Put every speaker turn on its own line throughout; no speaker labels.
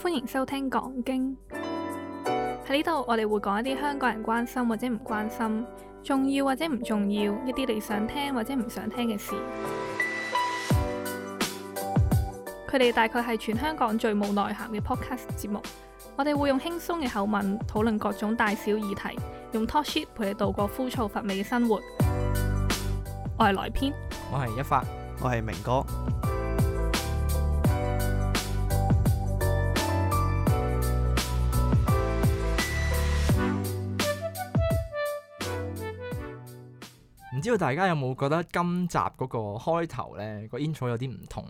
歡迎收聽講經。喺呢度，我哋會講一啲香港人關心或者唔關心，重要或者唔重要，一啲你想聽或者唔想聽嘅事。佢哋大概係全香港最冇內涵嘅 podcast 節目。我哋會用輕鬆嘅口吻討論各種大小議題，用 talk shit 陪你度過枯燥乏味嘅生活。我係萊編。
我係一發，
我係明哥，
唔知道大家有冇覺得今集嗰個開頭咧個 intro 有啲唔同，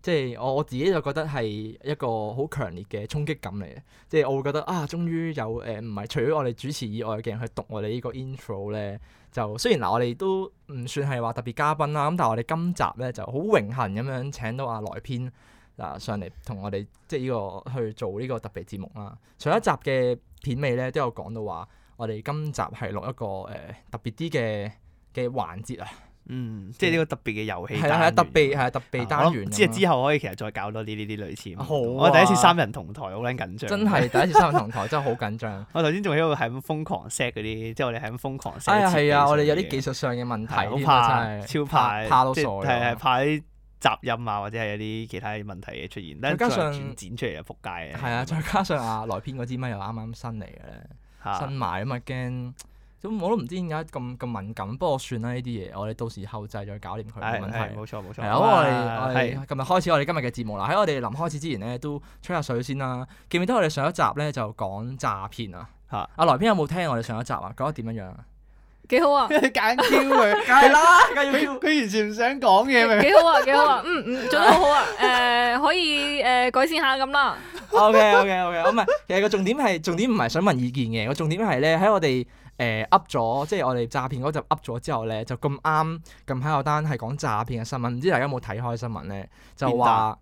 即係我我自己就覺得係一個好強烈嘅衝擊感嚟嘅，即係我會覺得啊，終於有誒唔係除咗我哋主持以外嘅人去讀我哋呢個 intro 咧，就雖然嗱、我哋都唔算係話特別嘉賓啦，咁但係我哋今集咧就好榮幸咁樣請到阿萊編嗱上嚟同我哋即係呢個去做呢個特別節目啦。上一集嘅片尾咧都有講到話，我哋今集係錄一個誒、呃特別啲嘅。嘅環節啊，
嗯，即係呢個特別嘅遊戲
係啦係啦，特
單元
別
啊
係特別
啊我
單元咁
諗
樣，
即係之後可以其實再搞多啲呢啲類似嘅活
好啊
動。我第一次三人同台好撚緊張，
真係第一次三人同台，真係好緊張。
我頭先仲喺度係咁瘋狂 set 嗰啲，即係我哋係咁瘋狂 set
哎呀
設備
係啊，我哋有啲
上嘅
技術上嘅問
係
題
好
添
怕，
啊，真係
超怕，
怕到
即
傻啊
係係係
咗。
怕啲雜音啊，或者係一啲其他問題嘅出現，但係
加上
轉剪出嚟就撲街嘅。
係啊，再加上阿萊編嗰支咪又啱啱新嚟嘅咧，
嚇
新買啊嘛，驚咁我都唔知點解咁咁敏感。不過算啦，呢啲嘢我哋到時後製再搞掂佢
係
冇問
係
題。
冇錯冇錯。
係啊，咁我哋
哇
我
係
哋今日開始我哋今日嘅節目啦。喺我哋臨開始之前咧，都吹下水先啦。記唔記得我哋上一集咧就講詐騙啊？
嚇
阿萊編有冇聽我哋上一集啊？講得點樣樣啊？
幾好 啊！
揀 Q 佢，
係啦，梗
佢佢完全唔想講 嘢，明唔明
幾好啊，幾好啊，嗯嗯，做得好好啊，誒、可以誒、改善下咁啦，
O K O K O K，唔係，啊其實個重點係重點唔係想問意見嘅，個重點係咧喺我哋誒 up 咗，即係我哋詐騙嗰集 up 咗之後咧，就咁啱近排有單係講詐騙嘅新聞，唔知大家有冇睇開新聞咧？就話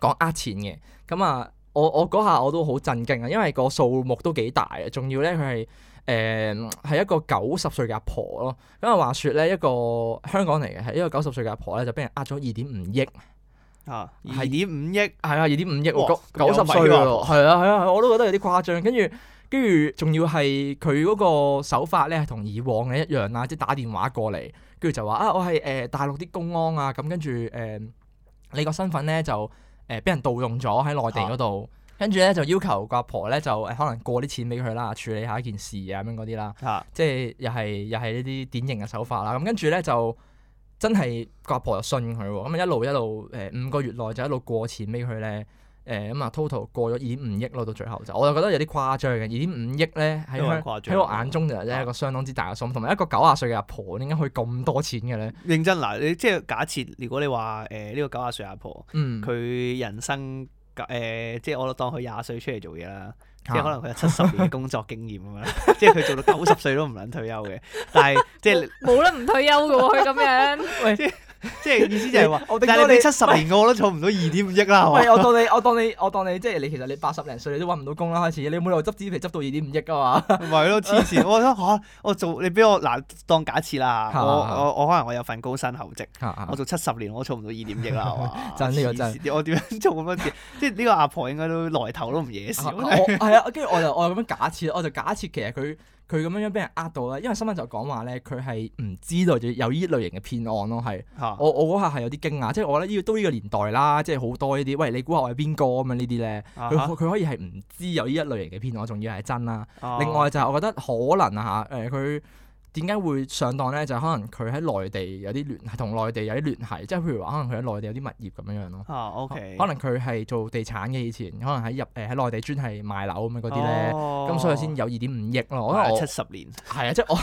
講呃錢嘅，咁啊，我我嗰下我都好震驚啊，因為個數目都幾大啊，仲要咧佢係。誒係一個九十歲嘅阿婆咯，咁啊話説咧一個香港嚟嘅係一個九十歲嘅阿婆咧就俾人呃咗二點五億，
啊，
係
二點五億。
係啊，二點五億喎，
哇咁有
九九十歲
米喎
喎，係啊係啊，我都覺得有啲誇張。跟住跟住仲要係佢嗰個手法咧，係同以往嘅一樣啦，即係打電話過嚟，跟住就話啊，我係誒、呃大陸啲公安啊，咁跟住誒你個身份咧就誒俾、人盜用咗喺內地嗰度，跟住咧就要求個阿婆咧就誒可能過啲錢俾佢啦，處理下一件事啊咁樣嗰啲啦。
嚇
即係又係又係呢啲典型嘅手法啦。咁跟住咧就真係個阿婆就信佢喎，咁一路一路誒、五個月內就一路過錢俾佢咧。誒咁啊，total 過咗二點五億咯，到最後就我就覺得有啲誇張嘅，二點五億咧喺
都係
香
誇張
喺我眼中就
啊
係一個相當之大嘅數目，同埋一個九啊廿歲嘅阿婆點解可以咁多錢嘅咧？
認真嗱，你即係假設，如果你話誒呢個九廿歲阿婆，
嗯，
佢人生誒、呃即係我當佢廿歲出嚟做嘢啦，即
嚇
係可能佢有七十年嘅工作經驗咁樣，即係佢做到九十歲都唔撚退休嘅。但係即係
冇得唔退休噶喎，佢咁樣，
即係意思就係話，
我
但係你俾七十年我都儲唔到二點五億啦，係
喂，
嘛？
我當你，我當你，我當你，即係你其實你八十零歲你都揾唔到工啦，開始你每度執紙皮執到二點五億噶嘛。
唔係咯，黐線！我覺得嚇，我做你俾我嗱當假設啦，我
嚇
我我可能我有份高薪厚職。我
我？
做七十年，我儲唔到二點億啦，係嘛
真呢個真
黐線我點樣做咁多嘢？即係呢個阿婆應該都來頭都唔惹
啊
少。
我係啊，跟住我就我就咁樣假設，我就假設其實佢佢咁樣樣俾人呃到啦，因為新聞就講話咧，佢係唔知道有呢類型嘅騙案咯，係
嚇
我我嗰下係有啲驚訝，即係我覺得呢個都呢個年代啦，即係好多呢啲，喂你估下我係邊個咁樣呢啲咧，
啊
佢
哈
佢可以係唔知有呢一類型嘅騙案，仲要係真啦。
哦
另外就係我覺得可能啊嚇，誒佢點解會上當咧？就係可能佢喺內地有啲聯繫，同內地有啲聯繫，即係譬如話可能佢喺內地有啲物業咁樣樣咯。
啊，OK，
可能佢係做地產嘅以前，可能喺入誒喺內地專係賣樓咁樣嗰啲咧，咁、
咁
所以先有二點五億咯。我覺得
我
我
哦七十年
哦 係啊，即係我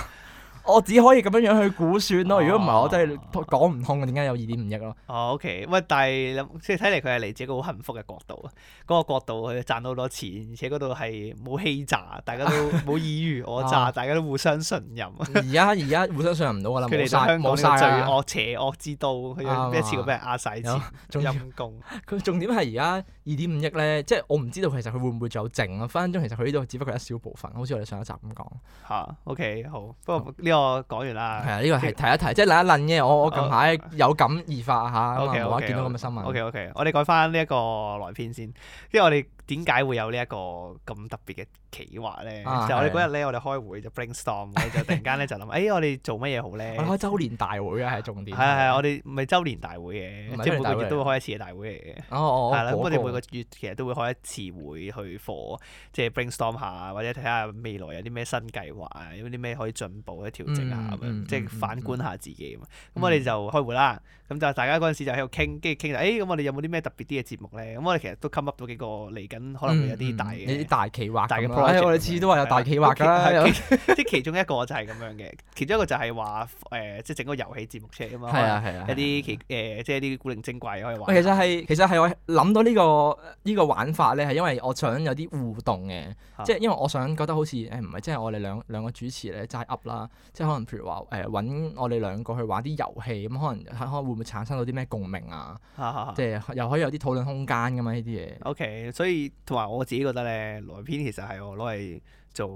我只可以咁樣樣去估算咯。如果唔係，
哦
我真係講唔通嘅，點解有二點五億咯？
哦，OK，喂，但係諗即係睇嚟佢係嚟自一個好幸福嘅國度啊！嗰個國度佢賺到好多錢，而且嗰度係冇欺詐，大家 都冇爾虞我詐，
啊
大家都互相信任。
而 家而家互相信任唔到噶啦，
佢
冇
嚟
晒
到香港
冇
呢個
晒啊
罪
啦。
惡邪惡之都，佢
啱
就一次過
啊
俾人呃晒錢
有，仲要
陰公。
佢重點係而家二點五億咧，即係我唔知道其實佢會唔會仲有剩啊。分分鐘其實佢呢度只不過係一小部分，好似我哋上一集咁講。
嚇，OK，好。不過呢個個講完啦。
係啊，呢個係提一提，即係撚一撚嘅。我我近排有感而發下，咁啊
OK，OK，
無啦啦見到咁嘅新聞。
O K O K，我哋講翻呢一個萊編先，因為我哋點解會有呢一個咁特別嘅企劃咧？
啊
就我哋
係
嗰日咧，我哋開 會就 brainstorm，我哋就突然間咧就諗，誒、哎我哋做乜嘢好咧
我？哋開周年大會啊，係重點。
係係，我哋咪周年大會
唔
嘅，
係
即
周
係
年
每
大
個
會
月
嚟
都會開一次嘅大會嚟嘅。
哦哦，
係啦，咁
嗰
我哋每個
個
月其實都會開一次會去課，即係 brainstorm 下，或者睇下未來有啲咩新計劃啊，有啲咩可以進步、或者調整下咁
嗯
樣，
嗯
即
嗯
係
嗯
反
嗯
觀下自己咁。啊咁我哋就開會啦，咁就大家嗰陣時就喺度傾，跟住傾就，誒咁我哋有冇啲咩特別啲嘅節目咧？咁我哋其實都 come up 到幾個嚟緊可能會有啲大
嗯嗯有啲
嘅。
大企劃咁啦。
大嘅 project，
唉我哋次次都話有大企劃㗎啦。
係啦
有
其 其即係其中一個就係咁樣嘅，其中一個就係話誒，即係整個遊戲節目出嚟啊嘛，
係啊係啊
可能一啲奇誒，即係啲古靈精怪嘅可以玩
喂，
下。
其實係其實係我諗到呢、個呢、個玩法咧，係因為我想有啲互動嘅，
嚇
即係因為我想覺得好似誒唔係，即係我哋兩兩個主持咧齋噏啦，即係可能譬如話誒揾我哋兩個去玩啲遊戲咁，可能可能會唔會產生到啲咩共鳴啊？
哈哈哈
即係又可以有啲討論空間噶嘛呢啲嘢。
O.K. 所以同埋我自己覺得咧，萊編其實係我攞嚟做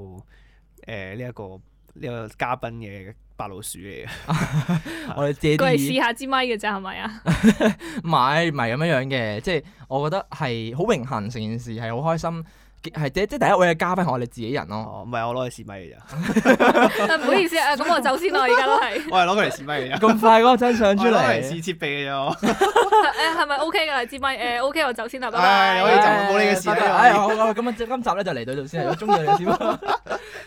誒呢一個呢、個嘉賓嘅白老鼠嚟嘅。
我哋借
佢係
啲
試
意
下支咪嘅咋，係咪啊？
買唔係咁樣樣嘅，即係我覺得係好榮幸，成件事係好開心，係即即係第一位嘅嘉賓係我哋自己人 咯。
哦，唔係我攞嚟試咪嘅咋，
唔好意思啊，咁我走先啦，而家都係
我係攞佢嚟試咪嘅 咋。
咁快嗰個真相出
我係攞嚟
嚟
試，設備嘅 咋我，
誒係咪 OK 㗎啦？支咪誒 OK，我走先啦，拜
唉 我哋
拜
就。冇呢個事啦
哎呀好啦，咁啊，今集咧就嚟到呢度先啦。如果中意我哋節目，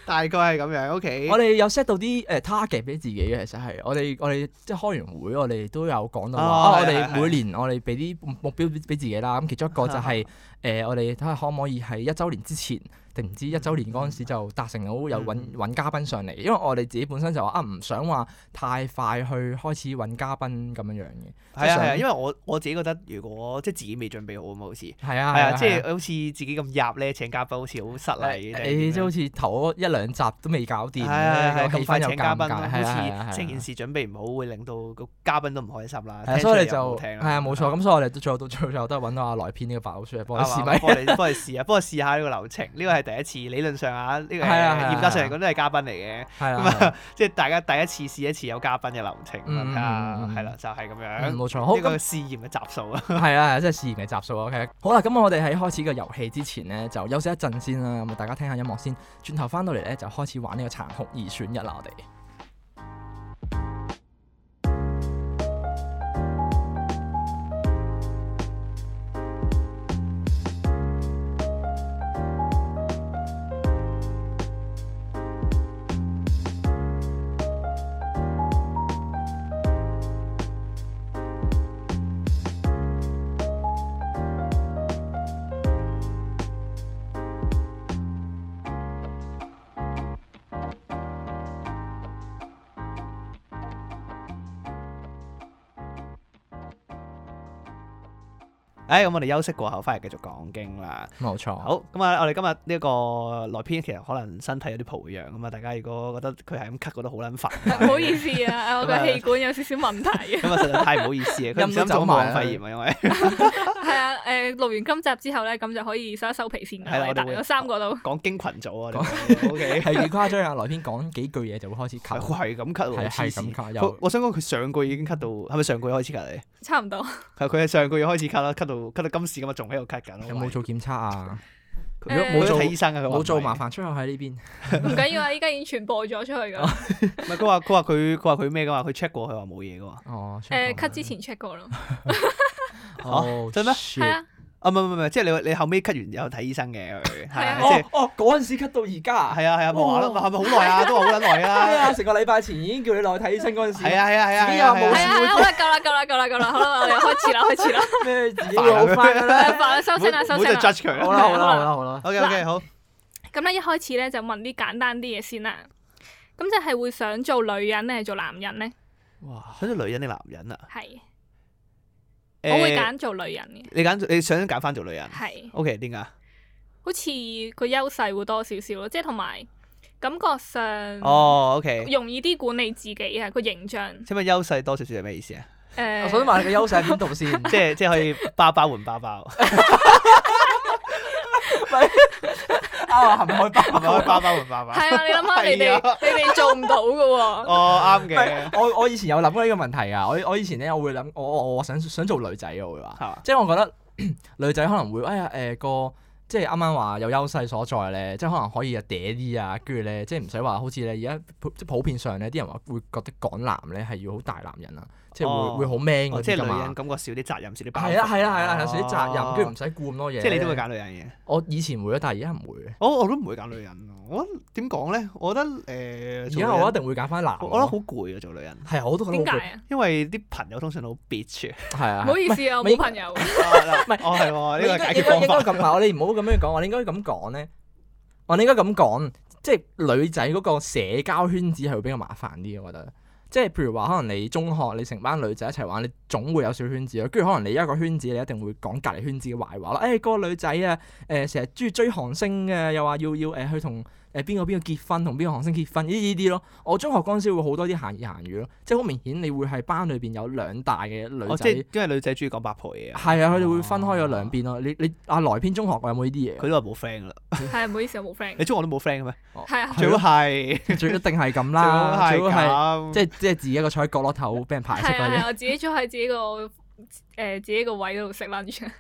大概係咁樣。O.K.
我哋有 set 到啲誒 target 俾自己嘅，其實係我哋我哋即係開完會，我哋都有講到話，
哦
啊我
係係
哋
係
每年我哋俾啲目標俾自己啦。咁其中一個就係
啊
呃誒，我哋睇下可唔可以喺一週年之前。定唔知一週年嗰陣時就達成到有揾
嗯
揾嘉賓上嚟，因為我哋自己本身就話啊唔想話太快去開始揾嘉賓咁樣樣嘅，
係啊係啊，因
為
為我我自己覺得，如果即係自己未準備好啊嘛，好似係
係啊
啊，即係好似自己咁夾咧請嘉賓，好似好失禮。定係點
誒，
樣
即係好似頭嗰一兩集都未搞掂，
係啊係係
個
咁
啊氣
快
氛又
請
尷
嘉賓，
尬，係啊係啊
好
係啊
似成件事準備唔好，會令到個嘉賓都唔開心啦。
係啊
聽
所以
出
你
嚟又唔好
就
聽啦
係啊冇錯，咁所以我哋都最後到最後都係揾到阿萊編呢個白老鼠嚟幫我試
咪？
咪。
幫你幫你試下，幫我試下呢個流程。呢個係第一次，理論上啊，呢個
係啊係啊
嚴格上嚟講都係嘉賓嚟嘅，
係
咁
啦
啊
係啦，
即係大家第一次試一次有嘉賓嘅流程咁
嗯
啊，
嗯嗯
係啦，就係咁樣。
嗯冇錯，好
呢個
咁
試驗嘅集數啊，
係啊，即係試驗嘅集數啊 OK，好啦，咁我哋喺開始個遊戲之前呢，就休息一陣先啦，咁啊大家聽下音樂先，轉頭翻到嚟呢，就開始玩呢個殘酷二選一啦，我哋。
哎誒咁我哋休息過後，翻嚟繼續講經啦。
冇錯，
好，咁啊，我哋今日呢個萊編其實可能身體有啲抱恙咁啊，大家如果覺得佢係咁咳，覺得好撚煩，
唔好意思啊，我
咁
個
啊
氣管有少少問題啊。
咁啊，實在太唔好意思 啊，佢唔
音都
小心中
走埋
埋
啦
肺炎啊，因為。
係啊，誒錄完今集之後咧，咁就可以收一收皮先㗎
係啦
啦。
我
我
哋
哋
會
有三個都。
講經群 組啊你，OK，
係幾誇張啊！萊編講幾句嘢就會開始
係
咳，
係咁咳喎，
係
黐
係咁。
線
咳，
佢
又
我想講佢上個月已經咳到，係咪上個月開始咳嚟？
差唔多，
係佢係上個月開始咳啦，咳到咳到今時咁啊，仲喺度咳緊咯。
有冇做檢測啊？
佢？
誒
佢冇做睇醫生啊？佢話
冇做
唔係
麻煩出口喺呢邊。
唔緊要啊！依家已經傳播咗出去㗎啦。
唔係佢話佢話佢佢話佢咩噶嘛？佢 check 過，佢話冇嘢噶嘛。
哦，
誒咳之前 check 過啦，
哦，
真咩
係啊，
啊唔係唔係唔係，即係你你後尾咳完有睇醫生嘅佢，係
啊
啊
哦
即係
哦，嗰陣時咳到而家，
係啊係啊，冇話啦，
哇
係咪好耐啊？都話好撚耐
係
啦。
啊，成個禮拜前已經叫你落去睇醫生嗰陣時，
係啊係啊係啊
自己
係
又
啊，
冇
係
係啊
啊，係啊好啦，夠啦，夠啦，夠啦，夠啦，好啦，我哋開始啦，開始啦，
咩自己會好翻㗎啦。
誒，快收聲啦，
啊唔好
收
唔
聲啊
好再
啦。
judge 佢
好
啦。
啦好啦好啦好啦，
OK OK 好，
咁咧一開始咧就問啲簡單啲嘢先啦。咁即係會想做女人定係做男人咧？
哇，想做女人定男人啊？
係，我
誒
會揀做女人嘅，
你揀，你想揀翻做女人
係，
？OK 點解？
好似個優勢會多少少咯，即係同埋感覺上
哦，OK。
容易啲管理自己啊，個形象。
請問優勢多少少係咩意思啊？
誒，
我想問你個優勢喺邊度先？
即係 即係可以包包換包包，
包啊，係咪可以包？
係咪可以包包換包包？
係啊，你諗下你哋
係啊
你哋做唔到㗎喎。
哦，啱
唔
嘅，
係我我以前有諗過呢個問題啊！我我以前咧，我會諗，我我我想想做女仔啊，我會話，
係嘛？
即係我覺得 女仔可能會，哎呀誒、個即係啱啱話有優勢所在咧，即係可能可以啊嗲啲啊，跟住咧即係唔使話好似咧而家普即係普遍上咧啲人話會覺得港男咧係要好大男人啊，即係會、
哦
會好 man 嗰
哦即
啲
係
㗎
女人
嘛。
感覺少啲責任，少啲包袱。
係啦啊係啦係啦，有時啲責
哦
任，跟住唔使顧咁多嘢。
即係你都會揀女人嘅。
我以前會啊，但係而家唔會嘅。
我我都唔會揀女人咯。我覺得點講咧？我覺得誒，呃
而
做
家
女人
啊我一定會揀翻男咯。
我我覺得好攰啊，做女人。
係啊，我都覺得
點
好
解
攰
啊？
因為啲朋友通常好 bitch 嘅。
係啊。
唔好意思啊，我
唔係
冇朋友。
唔係，哦係
我
喎，
應
呢個
該
係
應該
解
應
決
該
方
咁話，我哋唔好咁樣講，我哋應該咁講咧，我哋應該咁講，即係女仔嗰個社交圈子係會比較麻煩啲嘅，我覺得。即係譬如話，可能你中學你成班女仔一齊玩，你總會有小圈子咯。跟住可能你一個圈子，你一定會講隔離圈子嘅壞話啦。誒、嗰個女仔啊，誒成日中意追韓星嘅，又話要要誒、去同誒邊個邊個結婚，同邊個韓星結婚呢呢啲咯。我中學嗰陣時會好多啲閒言閒語咯，即係好明顯你會係班裏邊有兩大嘅
法。
女
哦，即
仔。
係因為女仔中意講八婆嘢啊，
係啊，佢哋會分開咗兩邊咯。你你阿萊編中學有冇呢啲嘢？
佢都話冇 friend 噶啦。
係唔好意思，我冇 friend
你。中學都冇 friend 嘅咩？
係啊，
最好係，
最一定係咁
最
啦，
好
最
係
好係
咁。
即係即係自己一個坐喺角落頭俾人排斥
係啊，
嗰
係啊
啲。
我自己坐喺自己個誒自己個位嗰度食 lunch。啊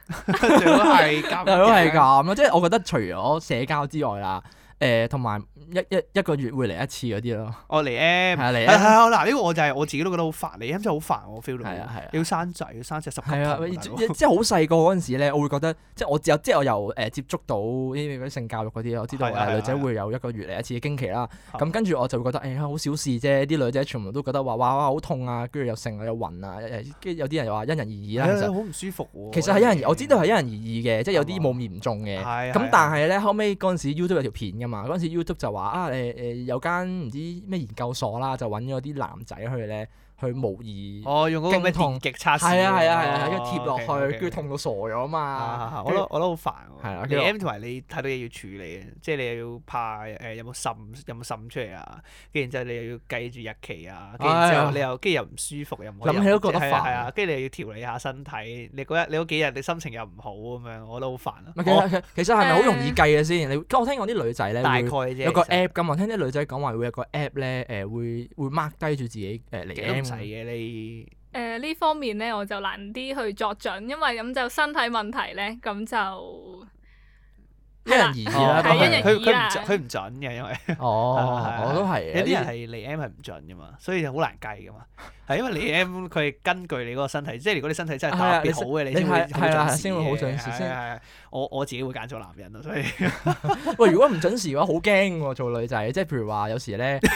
最好係咁，
又都係。咁咯，即係我覺得除咗社交之外啦，誒同埋一一一個月會嚟一次嗰啲咯。
我哦嚟
係
M，
啊嚟
係係
啊，
係嗱，呢個我就係我自己都覺得好煩，你 M 真係好煩，我 feel 到。
係啊係啊
要生仔，要生隻十級
係啊，
頭
即
大佬
即即係好細個嗰陣時咧，我會覺得即係我有即係我由誒接觸到呢啲性教育嗰啲，我知道
係啊係
誒
啊
女仔會有一個月嚟一次嘅經期啦。
係
咁跟住我就會覺得誒好小事啫，啲女仔全部都覺得話哇哇好痛啊，跟住又剩啊又暈啊，誒跟住有啲人又話因人而異啦。
係啊
其實
好唔舒服喎。
其實係因人而，我知道係因人而異嘅，即係有啲冇咁嚴重嘅。
啊係啊
咁
係
但係咧，後尾嗰陣時 YouTube 有條片噶嘛，嗰陣時 YouTube 就話啊誒誒有間唔知咩研究所啦，就揾咗啲男仔去咧去模擬。
哦，用嗰個咩
經痛
電極測試。
係啊係啊係啊，
哦
跟住貼落
OK，OK，
去，跟住
OK
痛到傻咗啊嘛
啊！我覺得我覺得好
係啊
煩
跟
喎。你
住我
M 同埋你太多嘢要處理嘅，即係你又要怕誒有冇滲有冇滲出嚟啊，跟住然之後你又要計住日期啊，跟住然
哎
之
呀
後你又跟住又唔舒服又唔可以
諗起都覺得
係啊係
煩
啊，跟住你又要調理下身體，你嗰日你嗰幾日你心情又唔好咁樣，我覺得好煩啊。
唔係其實其實係咪好容易計嘅先？你我聽講啲女仔
我
咧
大概
會
啫，
有個
其實
app 咁，我聽啲女仔講話會有個 app 咧，誒、會會 mark 低住自己誒嚟
其實都
M
唔使嘅你。
誒呃呢方面咧，我就難啲去作準，因為咁就身體問題咧，咁就
因人而異啦，
哦
都
係因
係
人而
佢佢
異
唔
啦
準佢唔準嘅，因為。
啊哦，
係
我都係
有啲人係嚟 M 係唔準噶嘛，所以就好難計噶嘛。係因為嚟 M 佢係根據你嗰個身體，即係如果你身體真係特
係啊你
別好嘅，
你
你先會
係係啦
好準時
先會好準時
嘅係啊
先
係係我我自己會揀做男人 咯，所以
喂，如果唔準時嘅話，好驚喎！做女仔，即係譬如話有時 咧，就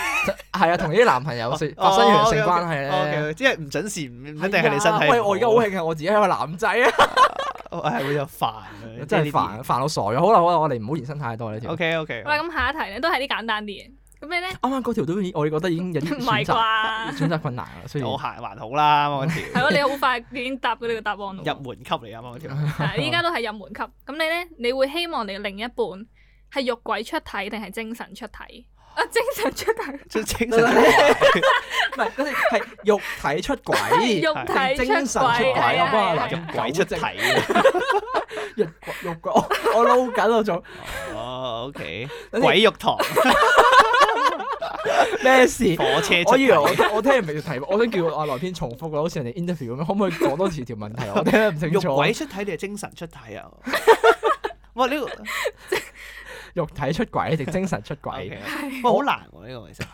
係啊，同啲男朋友食
哦
發生完性關係咧，啊
OK，即係唔準時唔唔哦一定係你身體唔好。
喂，我而家好慶幸我自己係個男仔 啊，
我係會有煩 啊，
真係煩煩到傻咗。好啦好啦，我哋唔好延伸太多呢條。
O K O K，
好啦，咁下一題咧都係啲簡單啲 嘅。咁你咧
啱啱嗰條都已我哋覺得已經有啲
唔係
選擇
啩？
選擇困難啦，雖然
我行還好啦，啱啱嗰
係咯，你好快已經答咗呢個答案咯
條入門級嚟，啱啱嗰條。
喎。係依家都係入門級。咁你咧，你會希望你另一半係肉鬼出體定係精神出體？啊，精神出體，
即係精神
唔係嗰啲係肉體出軌。
肉體出
精神出軌
軌，係
我幫
啊
阿林
係
總
啊
鬼出體
肉肉鬼，我我撈緊我做
哦，O K，
等陣
鬼肉堂
咩事？
火車出
我以為
體。
我我聽唔明條題目，我想叫阿萊編重複㗎，好似人哋 interview 咁樣，可唔可以講多次條問 題？我聽得唔清
肉
楚。
鬼出體定係精神出體啊？哇！呢、個
肉體出軌定精神出
OK，
軌？
哇好難喎、呢個其實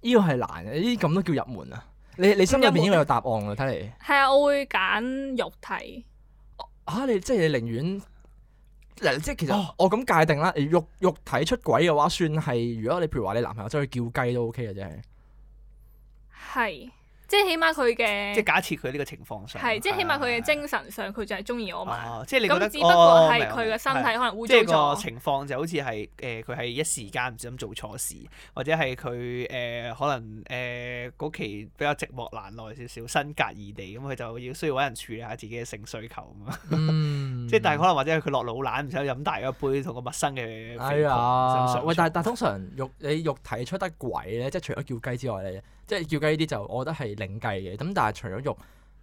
呢個係難嘅，呢啲咁都叫入門啊！你你心入邊應該有答案㗎，睇嚟
係啊，我會揀肉體。
嚇啊你即係你寧願嗱，即係其實
哦
我咁界定啦，肉肉體出軌嘅話，算係如果你譬如話你男朋友走去叫雞都 OK 嘅，真係。
係，即係起碼佢嘅
即係假設佢呢個情況上
係，即係起碼佢嘅
係
精神上佢就係中意我嘛。
哦，即係你覺
咁
得
只不過係
哦
佢嘅身體
係
可能污糟
即係個
咗。
情況就好似係誒，佢、係一時間唔小心做錯事，或者係佢誒可能誒嗰、期比較寂寞難耐少少，身隔異地，咁佢就要需要揾人處理下自己嘅性需求咁啊。
嗯
即係但係可能或者係佢落老懶，唔想飲大咗一杯，同個陌生嘅肥
哎
婆
呀，
想
喂！但
上
係但係通常肉你肉體出得軌咧，即係除咗叫雞之外咧，即係叫雞呢啲就我覺得係另計嘅。咁但係除咗肉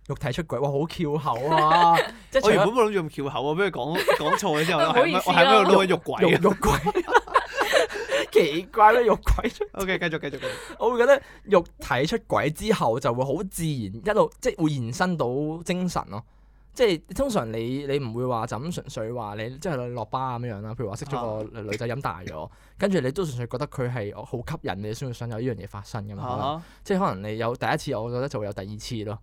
肉體出軌，哇！好翹口 啊！即係除
我原
咗
本 冇諗住咁翹口啊，俾佢講講錯咗之後，我
唔好
係
意
咁
思
我係
啊
喺度撈緊肉鬼
肉
啊！
肉軌， 奇怪啦，肉鬼出，
O K，繼續繼續繼續。
我會覺得肉體出軌之後就會好自然一路即係會延伸到精神咯。即係通常你你唔會話就咁純粹話你即係落巴咁樣啦，譬如話識咗個女仔飲大咗，跟住你都純粹覺得佢係好吸引你，先會想有呢樣嘢發生噶嘛。可能
啊
即係可能你有第一次，我覺得就會有第二次咯。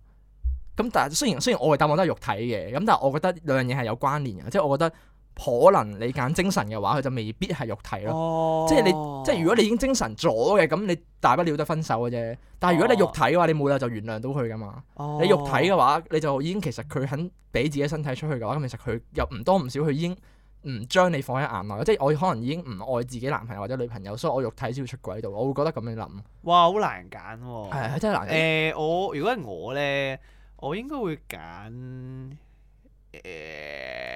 咁但係雖然雖然我嘅答案都係肉體嘅，咁但係我覺得兩樣嘢係有關聯嘅，即係我覺得可能你揀精神嘅話，佢就未必係肉體咯。
哦
即係你即係如果你已經精神咗嘅，咁你大不了都分手嘅啫。但係如果你肉體嘅話，你冇理由就原諒到佢噶嘛。
果
你肉體啊嘅話，你就已經其實佢肯俾自己身體出去嘅話，咁其實佢又唔多唔少，佢已經唔將你放喺眼內。即係我可能已經唔愛自己男朋友或者女朋友，所以我肉體先要出軌到。我會覺得咁樣諗，
哇，好難揀喎。
係係真係難。
誒、我如果係我咧，我應該會揀誒。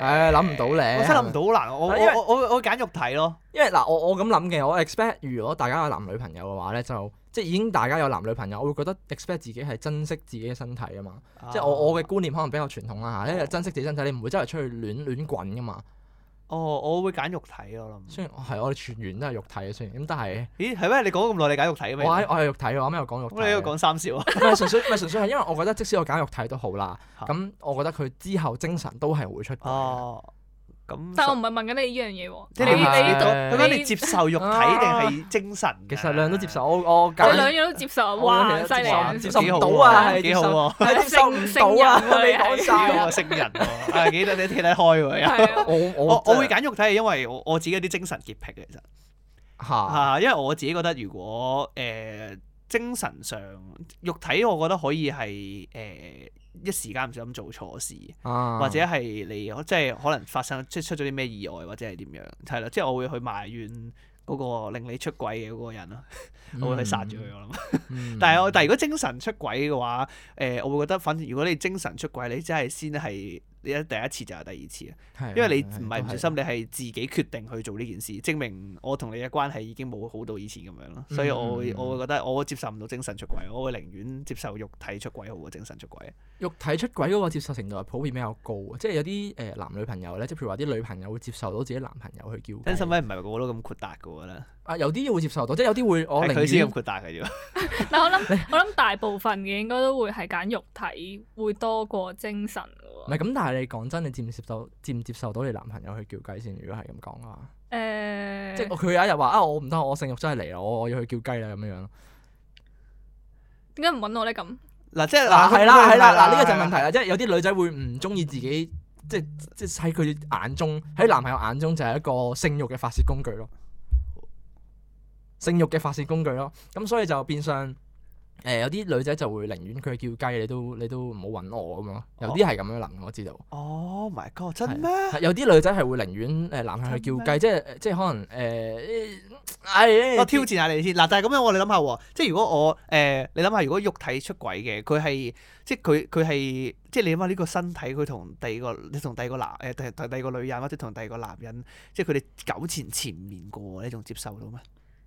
唉諗唔到咧
我真係諗唔到好難。我
因為
我我我我揀肉體咯。
因為嗱，我我咁諗嘅，我 expect 如果大家有男女朋友嘅話咧，就即係已經大家有男女朋友，我會覺得 expect 自己係珍惜自己嘅身體啊嘛。即係我我嘅觀念可能比較傳統啦嚇，因為珍惜自己身體，你唔會周圍出去亂亂滾噶嘛。
哦，我會揀肉體咯。我諗。
雖然我係我哋全員都係肉體嘅，雖然咁，但係
咦，係咩？你講咗咁耐，你揀肉體嘅
我
咩？
係我係肉體嘅話，咩我講肉體
咁你喺度
啊？
講三少啊？
唔係純粹唔係純粹係因為我覺得即使我揀肉體都好啦，
嚇
咁我覺得佢之後精神都係會出軌嘅。
哦，咁
但我唔係問緊你呢樣嘢喎，
即
係你
你
你
呢
咁
度
樣你接受肉體定係精神？
啊
啊
其實兩樣都接受，。我我
你兩
揀。
樣都接受，
我兩
哇，
樣
犀
都
利
哇
啊！
接受
幾好
唔到啊，係
幾好喎
接受係接受唔到啊，
聖
未
人喎
講
你係
晒啊
我聖人喎，啊幾多你睇得 開喎？
係啊
我
我
我
我會揀肉體係因為我我自己有啲精神潔癖嘅，其實
嚇
啊，因為我自己覺得如果誒、呃精神上肉體，我覺得可以係誒、呃一時間唔小心做錯事，
啊
或者係你即係可能發生即係出咗啲咩意外或者係點樣，係啦，即係我會去埋怨。嗰個令你出軌嘅嗰個人咯，我會去殺咗佢我諗。
嗯
但係我但係如果精神出軌嘅話，誒、我會覺得反正如果你精神出軌，你真係先係你一第一次就有第二次啦。
係
因為你
係
唔係唔
都係
小心，你係自己決定去做呢件事，證明我同你嘅關係已經冇好到以前咁樣咯。所以我會
嗯
我會覺得我接受唔到精神出軌，我會寧願接受肉體出軌好過精神出軌。
肉體出軌嗰個接受程度係普遍比較高啊，即係有啲誒、呃男女朋友咧，即係譬如話啲女朋友會接受到自己男朋友去叫雞
真心咧唔係個個都咁豁達嘅，我覺得
啊，有啲會接受到，即係有啲會我
係佢
寧
先
願
咁豁達嘅啫。
但我諗我諗大部分嘅應該都會係揀肉體會多過精神嘅
唔
喎。
係咁，但係你講真，你接唔接受接唔接受到你男朋友去叫雞先？如果係咁講嘅話，
誒，
即係佢有一日話啊，我唔得，我性慾真係嚟啦，我我要去叫雞啦咁樣樣咯。
點解唔揾我咧咁？
嗱，即係
嗱
佢
係啦
佢
係啦，嗱呢個就
係
係問題
啦。
啦，即係有啲女仔會唔中意自己，即係即係喺佢眼中，喺男朋友眼中就係一個性慾嘅發泄工具咯，性慾嘅發泄工具咯。咁所以就變相誒、呃有啲女仔就會寧願佢叫雞，你都你都唔好揾我咁樣咯。有啲係咁樣諗，我知道。
Oh my god！真咩？
係有啲女仔係會寧願誒男朋友去叫雞，即係即係可能誒，唉、
我挑戰下你先嗱，但係咁樣我你諗下喎，即係如果我誒、呃你諗下，如果肉體出軌嘅，佢係即係佢佢係即係你諗下呢個身體，佢同第二個你同第二個男誒第第第二個女人或者同第二個男人，即係佢哋糾纏纏綿過，你仲接受到咩？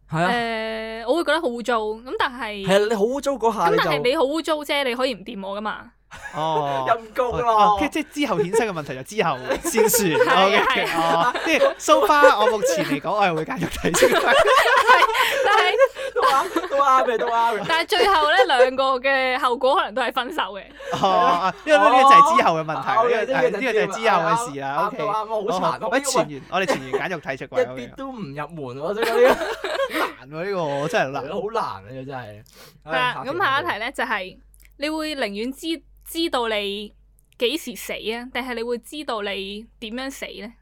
係啊，
誒，我會覺得好污糟，咁但係
係啊，你好污糟嗰下
咁
你
但係
就
你好污糟啫，你可以唔掂我噶嘛？
哦。
陰公
哦
咯。
即即係之後衍生嘅問題就之後先算
係啊
，OK，哦，即係 so far，我目前嚟講，我係會揀肉體出軌，
但係
都啱，都啱嘅，都啱嘅。
但係最後咧兩個嘅後果可能都係分手嘅。
哦哦，因為呢個就係之後嘅問題，呢個
啊
係呢個就係之後嘅事啦，OK，
啱到啱我好殘酷
哦喂，前 緣，我哋前緣揀肉體出
一
軌，OK
啲都唔入門喎，即係呢
難喎呢個，我真係難。
個 好難啊，真係。
係啦，咁下一題咧就係你會寧願知知道你幾時死啊，定係你會知道你點樣死咧？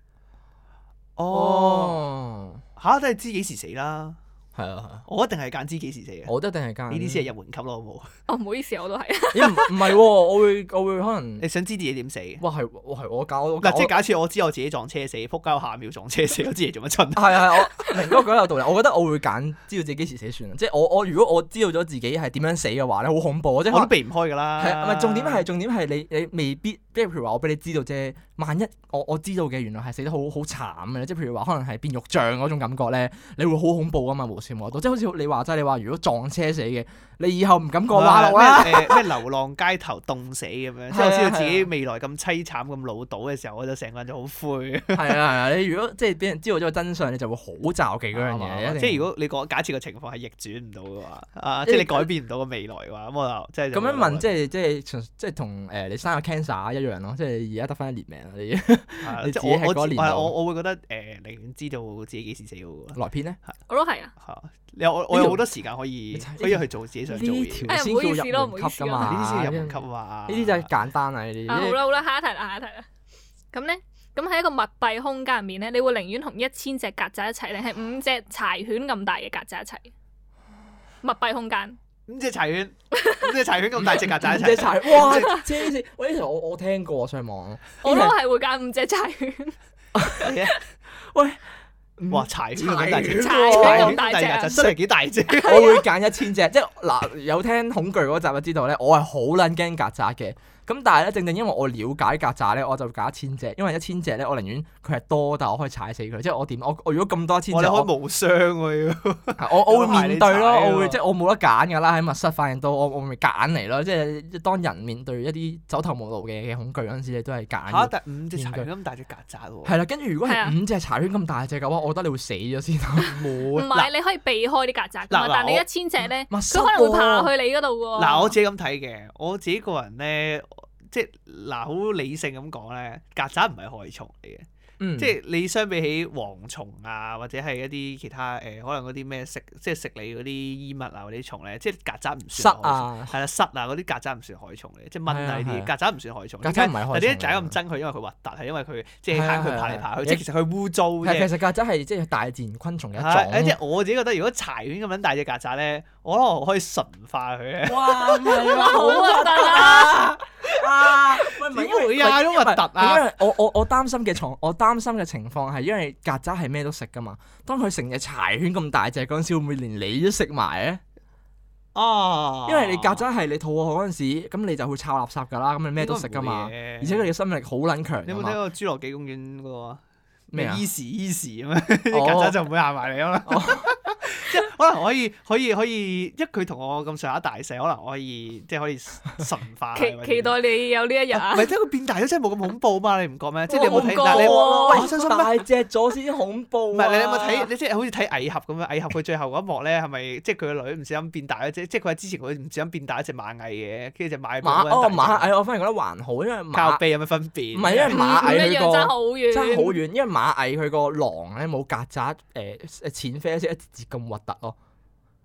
哦，
哦，
嚇都係知幾時死啦，
係啊，係啊，
我一定係揀知幾時死嘅。呢
我都一定係間
啲先 係入門級咯，好冇？
哦，唔好意思，我都係。
咦唔唔係喎，我會我會可 能
你想知啲嘢點死？嗱，
哇係哇係我搞
即係假設我知我自己撞車死，仆街我下一秒撞車死，我知嚟做 乜春？
係係，我明哥講得有道理。我覺得我會揀知道自己幾時死算啦。啊即係我我如果我知道咗自己係點樣死嘅話咧，好恐怖啊！即係
我
可
都
能
避唔開㗎啦。
係唔係重點係重點係你你未必，即係譬如話我俾你知道啫。萬一我我知道嘅原來係死得好好慘嘅，即係譬如話可能係變肉醬嗰種感覺咧，你會好恐怖啊嘛無算冇得到。即係好似你話齋，你話如果撞車死嘅，你以後唔敢過馬路啊啦。
咩誒咩流浪街頭凍死咁 樣，即係我知道自己未來咁凄慘咁老到嘅時候，我就成個人就好灰。
係啊係啊，你如果即係俾人知道咗個真相，你就會好罩忌嗰樣嘢。
啊即係
係
如果你講假設個情況係逆轉唔到嘅話，啊，即係你改變唔到個未來嘅話，咁我就即係
咁樣問，即
係
係即係純即係同誒你生個 cancer 一樣咯，即係而家得翻一年命啦，你你
啊即
自己
係
喺
我
嗰
我
年
我係啊
度
我我會覺得誒，寧願知道自己幾時死好過。
萊編咧。
我都係啊，
嚇！你我我有好
呢條
多時間可以
呢條
可以去做自己想做嘅
呢
嘢，
條
呢
哎呀
先
唔好意思
叫
咯
入
唔好
門
意
級
思
㗎
咯
嘛，
啲先入
呢
門級啊！
啲就簡單啦，呢啲
啊好啦好啦，下一題啦下一題啦。咁咧，咁喺一個密閉空間入面咧，你會寧願同一千隻曱甴一齊，定係五隻柴犬咁大嘅曱甴一齊？密閉空間，
五隻柴犬，五隻柴犬咁 大隻曱甴一
隻
齊，
柴， 哇！黐線，喂呢條我我聽過上網，
我都係會揀五隻柴犬。
哇！柴犬咁大隻，
柴
犬
咁大隻
柴犬曱甴真係啊幾 大隻。
我會揀一千隻，即係嗱有聽恐懼嗰集就知道咧，我係好撚驚曱甴嘅。咁但係咧，正正因為我了解曱甴咧，我就揀一千隻，因為一千隻咧，我寧願佢係多，但我可以踩死佢。即係我點我我如果咁多一千
我
隻，
哋
我
可以無雙喎 要。
我我會面對
有
咯，
排你踩喎
我會即係我冇得揀㗎啦，喺密室發現到我我咪揀嚟咯。即係當人面對一啲走投無路嘅嘅恐懼嗰陣時，你都係揀
嚇！
嘅。
但五隻柴犬咁大隻曱甴喎。
係啦，跟住如果
係啊
係五隻柴犬咁大隻嘅話，我覺得你會死咗先咯。
唔
啊
冇
係，你可以避開啲曱甴噶嘛
嗱嗱，
但你
我嗯
一千隻咧，
密室
佢可能會爬
喎
去你嗰度喎。
嗱，我自己咁睇嘅，我自己個人咧，即係嗱，好理性咁講咧，曱甴唔係害蟲嚟嘅，
嗯
即係你相比起蝗蟲啊，或者係一啲其他誒、呃可能嗰啲咩食，即係食你嗰啲衣物啊嗰啲蟲咧，即係曱甴唔
塞
算害蟲。
啊，
係啦，虱啊嗰啲曱甴唔算害蟲嚟，即係蚊啊呢
係啊
啲
係
曱甴唔算害蟲。
曱甴
點解
唔係害蟲
但點解大
嚟
家咁
㗎
憎佢？因為佢核突，係因為佢即係
係啊
行
係
佢
啊
爬嚟爬去，
係啊
即係其實佢污糟啫。
係其實曱甴係即係大自然昆蟲嘅
係誒
一
即
種。
係我自己覺得，如果柴犬咁樣大隻曱甴咧，我可能可以純化佢咧。
哇，唔係
哇好核突 啊！
啊啊！喂，唔係因為
點會啊都核突啊
因為我我我擔心嘅情我擔心嘅情況係因為曱甴係咩都食噶嘛，當佢成隻柴犬咁大隻嗰陣時，會唔會連你都食埋咧？
啊！
因為你曱甴係你肚餓嗰陣時，咁你就會抄垃圾㗎啦，咁你咩都食㗎嘛，而
而
且佢哋嘅生命力好撚強
你
㗎
有冇睇
嘛。
過《侏羅紀公園》嗰個啊
咩啊
e a s y easy 咁樣，啲曱甴就唔會行埋你啦
哦。
即係可能可以可以可以，因為佢同我咁上下大細，可能我可以即係可以神化佢
期
或者點。
期待你有呢一日
唔
啊！
係即係佢變大咗，真係冇咁恐怖嘛？你唔覺咩？即係你有
我
冇
唔
睇？
覺
啊
但係你
喎
我相 信咩？
大隻咗先恐怖
唔
啊
係你有冇睇？？你即係好似睇蟻俠咁樣，蟻俠佢最後嗰一幕咧，係咪即係佢個女唔小心變大咗？即即係佢喺之前佢唔小心變大一隻螞蟻嘅，跟住隻螞蟻
馬哦馬
蟻
蟻，我反而覺得還好，因為
靠
馬
鼻有咩分別？
唔係因為
唔
螞
唔
蟻
一樣
佢個
爭好遠，
嗯
真係好遠，因為馬蟻佢個囊咧冇曱甴誒誒淺啡色一節節咁核突咯。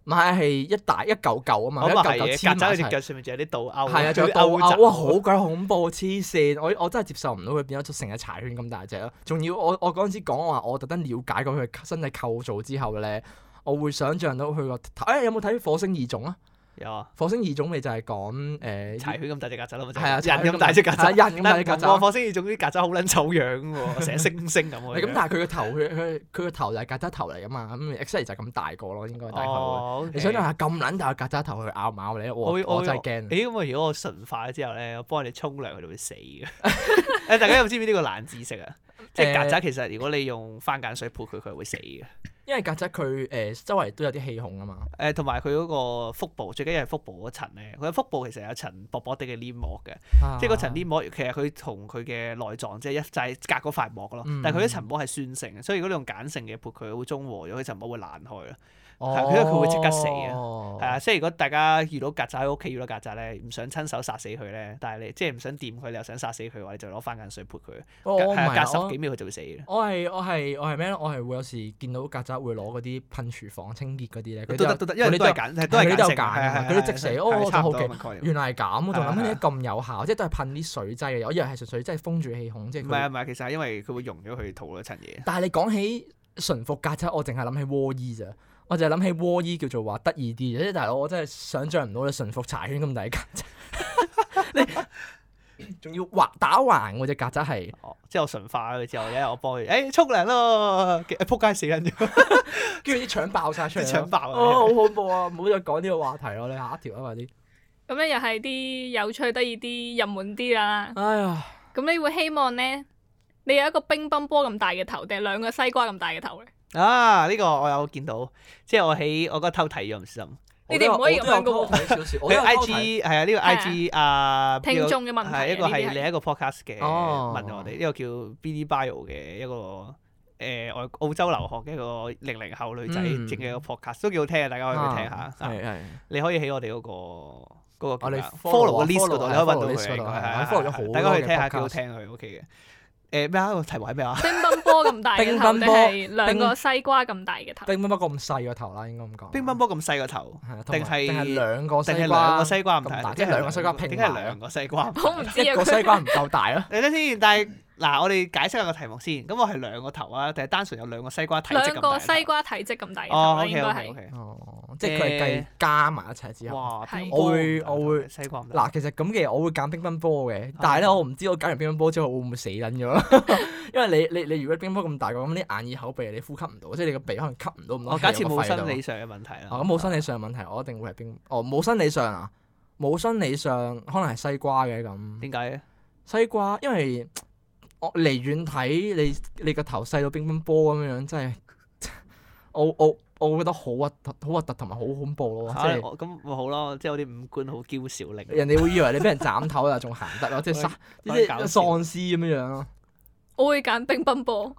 馬蟻係一大一嚿嚿啊嘛，
我
一
咪
嚿
哦
嚿
係嘅，
黐
曱
埋
甴
一
佢隻
齊。
腳上面仲有啲倒勾，
係啊，仲有
啲
倒
勾
鈎，哇，好鬼恐怖，黐線！我我真係接受唔到佢變咗成隻柴犬咁大隻咯。仲要我我嗰陣時講話，我特登了解過佢嘅身體構造之後咧，我會想像到佢個頭。誒有冇睇《火星異種》啊？
有啊，
《火星異種》咪就係講誒
柴犬咁大隻曱甴咯，咪就
係啊柴
人
犬
咁
咁
大隻曱甴，
係啊人咁 大隻曱甴
但係唔同喎火星異種啲曱甴好撚醜樣喎，成日星星咁喎。
咁但係佢個頭，佢佢佢個頭就係曱甴頭嚟噶嘛，咁 exactly 就係咁大個咯，應該大概會。
哦，
你想象下咁撚大個曱甴頭去咬咬你，
我
我
會
我
會
真係驚。
咦咁我啊如果我純化咗之後咧，我幫你沖涼，佢哋會死嘅。 誒，大家有知唔知呢個冷知識 啊？即係曱甴其實如果你用番梘水潑佢，佢係會死嘅。
因為曱甴佢誒周圍都有啲氣孔啊嘛，
誒同埋佢嗰個腹部，最緊要係腹部嗰層咧。佢嘅腹部其實有層薄薄地嘅黏膜嘅，
啊
啊即係嗰層黏膜其實佢同佢嘅內臟即係一就係隔嗰塊膜咯。
嗯
但係佢嗰層膜係酸性嘅，所以如果你用鹼性嘅潑佢，會中和咗佢層膜會爛開咯。
哦，
係因啊為佢會即刻死嘅
嘅
係啊，即係如果大家遇到曱甴喺屋企遇到曱甴咧，唔想親手殺死佢咧，但係你即係唔想掂佢，你又想殺死佢嘅話，你就攞番梘水潑佢，
我哦唔
係
係
啊隔十幾
我
秒佢就會死嘅。
我係我係我係咩咧？我係會有時見到曱甴會攞嗰啲噴廚房清潔嗰啲咧，佢
都
都
得都得，因為
佢哋
都係鹼，係都係
佢哋都
鹼
有
性，
鹼啊
係係
佢都
係
即死
係
哦
係
我
差唔
好
多
奇
咁嘅概念
原來係咁，我就
係啊
諗
係
起
啊
咁有效，即係都係噴啲水劑嘅嘢，我以為係純粹真係封住氣孔，即係
唔
佢
係啊唔係，其實係因為佢會溶咗佢肚嗰層嘢。
但係你講起馴服曱甴，我淨係諗起窩衣咋，我淨係諗起窩衣叫做話得意啲啫。即係大佬，我真係想像唔到你馴服柴犬咁大曱甴， 你仲要橫打橫喎只曱甴係。
哦，之後純化咗佢之後，有一日我幫佢，誒沖涼咯，誒仆街死人 咗，
跟住啲腸爆晒出嚟
啲
咯，
腸爆啊
哦，好恐怖啊！唔好再講呢個話題咯，你下一條啊快啲。
咁咧又係啲有趣得意啲、入門啲啦。
哎呀，
咁你會希望咧，你有一個乒乓波咁大嘅頭，定係兩個西瓜咁大嘅頭咧？
啊，呢個我有見到，即係我喺我嗰日偷睇咗唔小心。
我
你
都有
哋唔可以咁樣㗎喎
我都有偷睇少少，我都
佢
有
I
偷睇
G 係啊，呢個 I G 啊，
聽眾嘅問題啊
係一個
呢啲係
係另一個 podcast 嘅
哦
問我哋，呢個叫 Billy Bio 嘅一個誒外澳洲留學嘅一個零零後女仔
嗯
整嘅一個 podcast，都幾好聽嘅，大家可以去聽下。啊
係係。
你可以喺我哋嗰
我
個嗰個叫
哋
咩啊
follow 啊
follow 個 list 嗰
follow
度，
啊
你可以揾到
follow
佢
list 嗰
嘅
度
應該
係
係。
我
係
follow 咗好多
大家可以聽下，
嘅
幾好
podcast
聽佢 OK 嘅。誒咩啊？個題目係咩啊？
乒乓波咁大嘅
乒
頭
乓
定
波
係兩
乒
個西瓜咁大嘅頭？
乒乓波咁細個頭啦，應該咁講。
乒乓波咁細個頭，
係啊同
定
埋
係
定係兩個
定
西
係兩
瓜
個西瓜唔啊
咁
大？
大，即係兩個西瓜拼
定
埋
係
啊
兩，個西 瓜？
我唔知
一
啊，
個
佢
西瓜唔夠大咯。
你睇先，但係嗱，我哋解釋下個題目先。咁我係兩個頭啊，定係單純有兩個西瓜體積
兩
咁大
個
嘅頭？
西瓜體積咁大嘅頭
哦
啦，應
，OK
該
OK
係
OK。
哦，即係佢係計加埋一齊之後。
哇！
係
乒乓波
我會
唔大
我會
嘅西瓜唔大
嗱，其實咁嘅我會揀乒乓波嘅，但係咧
啊
我唔知我揀完乒乓波之後會唔會死撚咗啦。 因為你你你如果乒乓波咁大個，咁你眼耳口鼻你呼吸唔到，即係你個鼻可能吸唔到咁多
我
氣
哦假設
入個
冇
肺度
生理上嘅啊問題啦。
哦，咁冇生理上問題，我一定會係冰。哦，冇生理上啊，冇生理上可能係西瓜嘅咁。
點解咧？
西瓜，因為我離遠睇你你個頭細到乒乓波咁樣樣，真係我我我覺得好核突，好核突同埋好恐怖咯，即
啊
係。
我咁咪好咯，即係我啲五官好嬌小伶俐。
人哋會以為你俾人斬頭啊，仲行得咯，即係
喂
殺，即
喂
係
搞笑
喪屍咁樣樣咯。
我會揀乒乓波，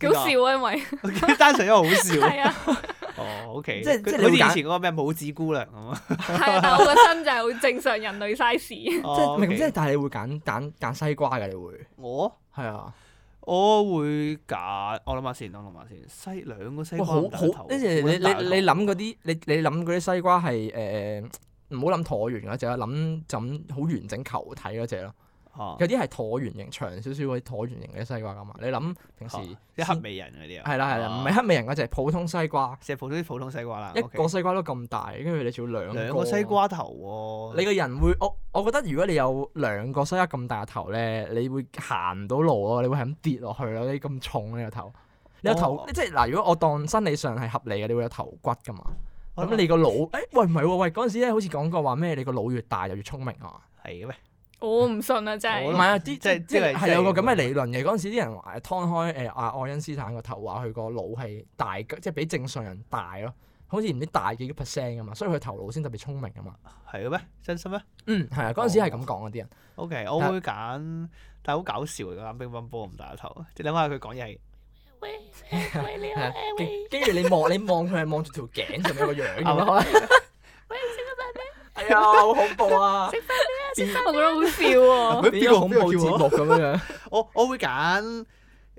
幾好笑啊，因為
笑，單純因為好笑。
係啊，
哦，OK，
即係即係你
好似
會
以
揀
前嗰個咩拇指姑娘咁啊。
係啊，但我個身就係好正常人類 size，
即係
哦
明
OK
即係，但係你會揀揀揀西瓜嘅，你會
我
係啊，
我會揀，我諗下先，我諗下先，西兩個西
哇
瓜
好
咁大個
好
頭，，啊
跟住你你
好大個頭
你諗嗰啲，你你諗嗰啲西瓜係誒唔好諗橢圓嗰只啦，諗就咁好完整球體嗰只咯。
啊
有啲係橢圓形長少少嗰啲橢圓形嘅西瓜噶嘛，你諗平時
啊即係黑美人嗰啲啊，
係啦係啦，
啊
唔係黑美人嗰只普通西瓜，
即係普通啲普通西瓜啦，
一
OK
個西瓜都咁大，跟住你仲要兩
兩個西。瓜頭喎、
你個人會，我我覺得如果你有兩個西瓜咁大個頭咧，你會行唔到路咯，你會係咁跌落去咯，你咁重你個頭，你個頭、
哦
即係嗱，如果我當生理上係合理嘅，你會有頭骨噶嘛。
我
咁你個腦，誒、喂唔係喎，喂嗰陣時咧好似講過話咩？你個腦越大就越聰明啊！
係嘅咩？
我唔信啊，真
唔
我
係
都
係啊，啲
即係
即係
即係
係有個咁嘅理論嘅。嗰陣時啲人話誒劏開誒阿愛因斯坦個頭，話佢個腦係大，即係比正常人大咯，好似唔知大幾個 percent 噶嘛，所以佢頭腦先特別聰明噶嘛。
係嘅咩？真心咩
嗯，係啊，嗰陣時係咁講啊啲人。
？OK，我會揀，但係好搞笑嘅揀乒乓波唔打頭，即係諗下佢講嘢係
係啊跟跟住你望你望佢係望住條頸上面個樣咁咯，可能。係啊，好恐怖 啊！
我覺得好笑喎。
變咗恐怖節目咁樣 樣。
我我會揀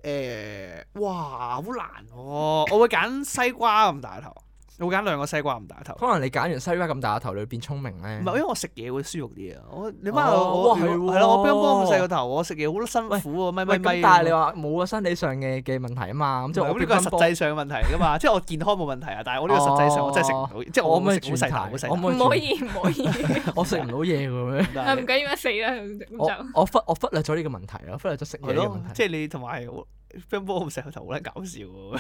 誒、哇，好難喎、我會揀西瓜咁大頭，我會揀兩個西瓜咁大頭。
可能你揀完西瓜咁大個頭，你會變聰明咧。
唔係，因為我食嘢會舒服啲啊！我你媽
哦
我
哇
嗯係
係喎
係咯，我乒乓波咁細個頭，我食嘢好辛苦啊喎，咪咪
喂，
咪
咁。但係你話冇個生理上嘅嘅問題啊嘛，咁
唔
即係
係
我
咁呢個係實
際，
際上嘅問題噶嘛， 即係我健康冇問題啊，但係我呢個實際上我真係食唔到，即係
我
我
可唔可以
食好細
轉
啖，好
題？我
細
可
啖
唔可以
唔可以，唔
轉？
可以，
我食唔到嘢嘅咩？
啊
但
唔
係
緊要啊，死啦咁
我我忽我忽略咗呢個問題咯，忽略咗食 嘢
係
嘅
咯
問，題。
即係你同埋我乒乓波咁細個頭好撚搞笑喎，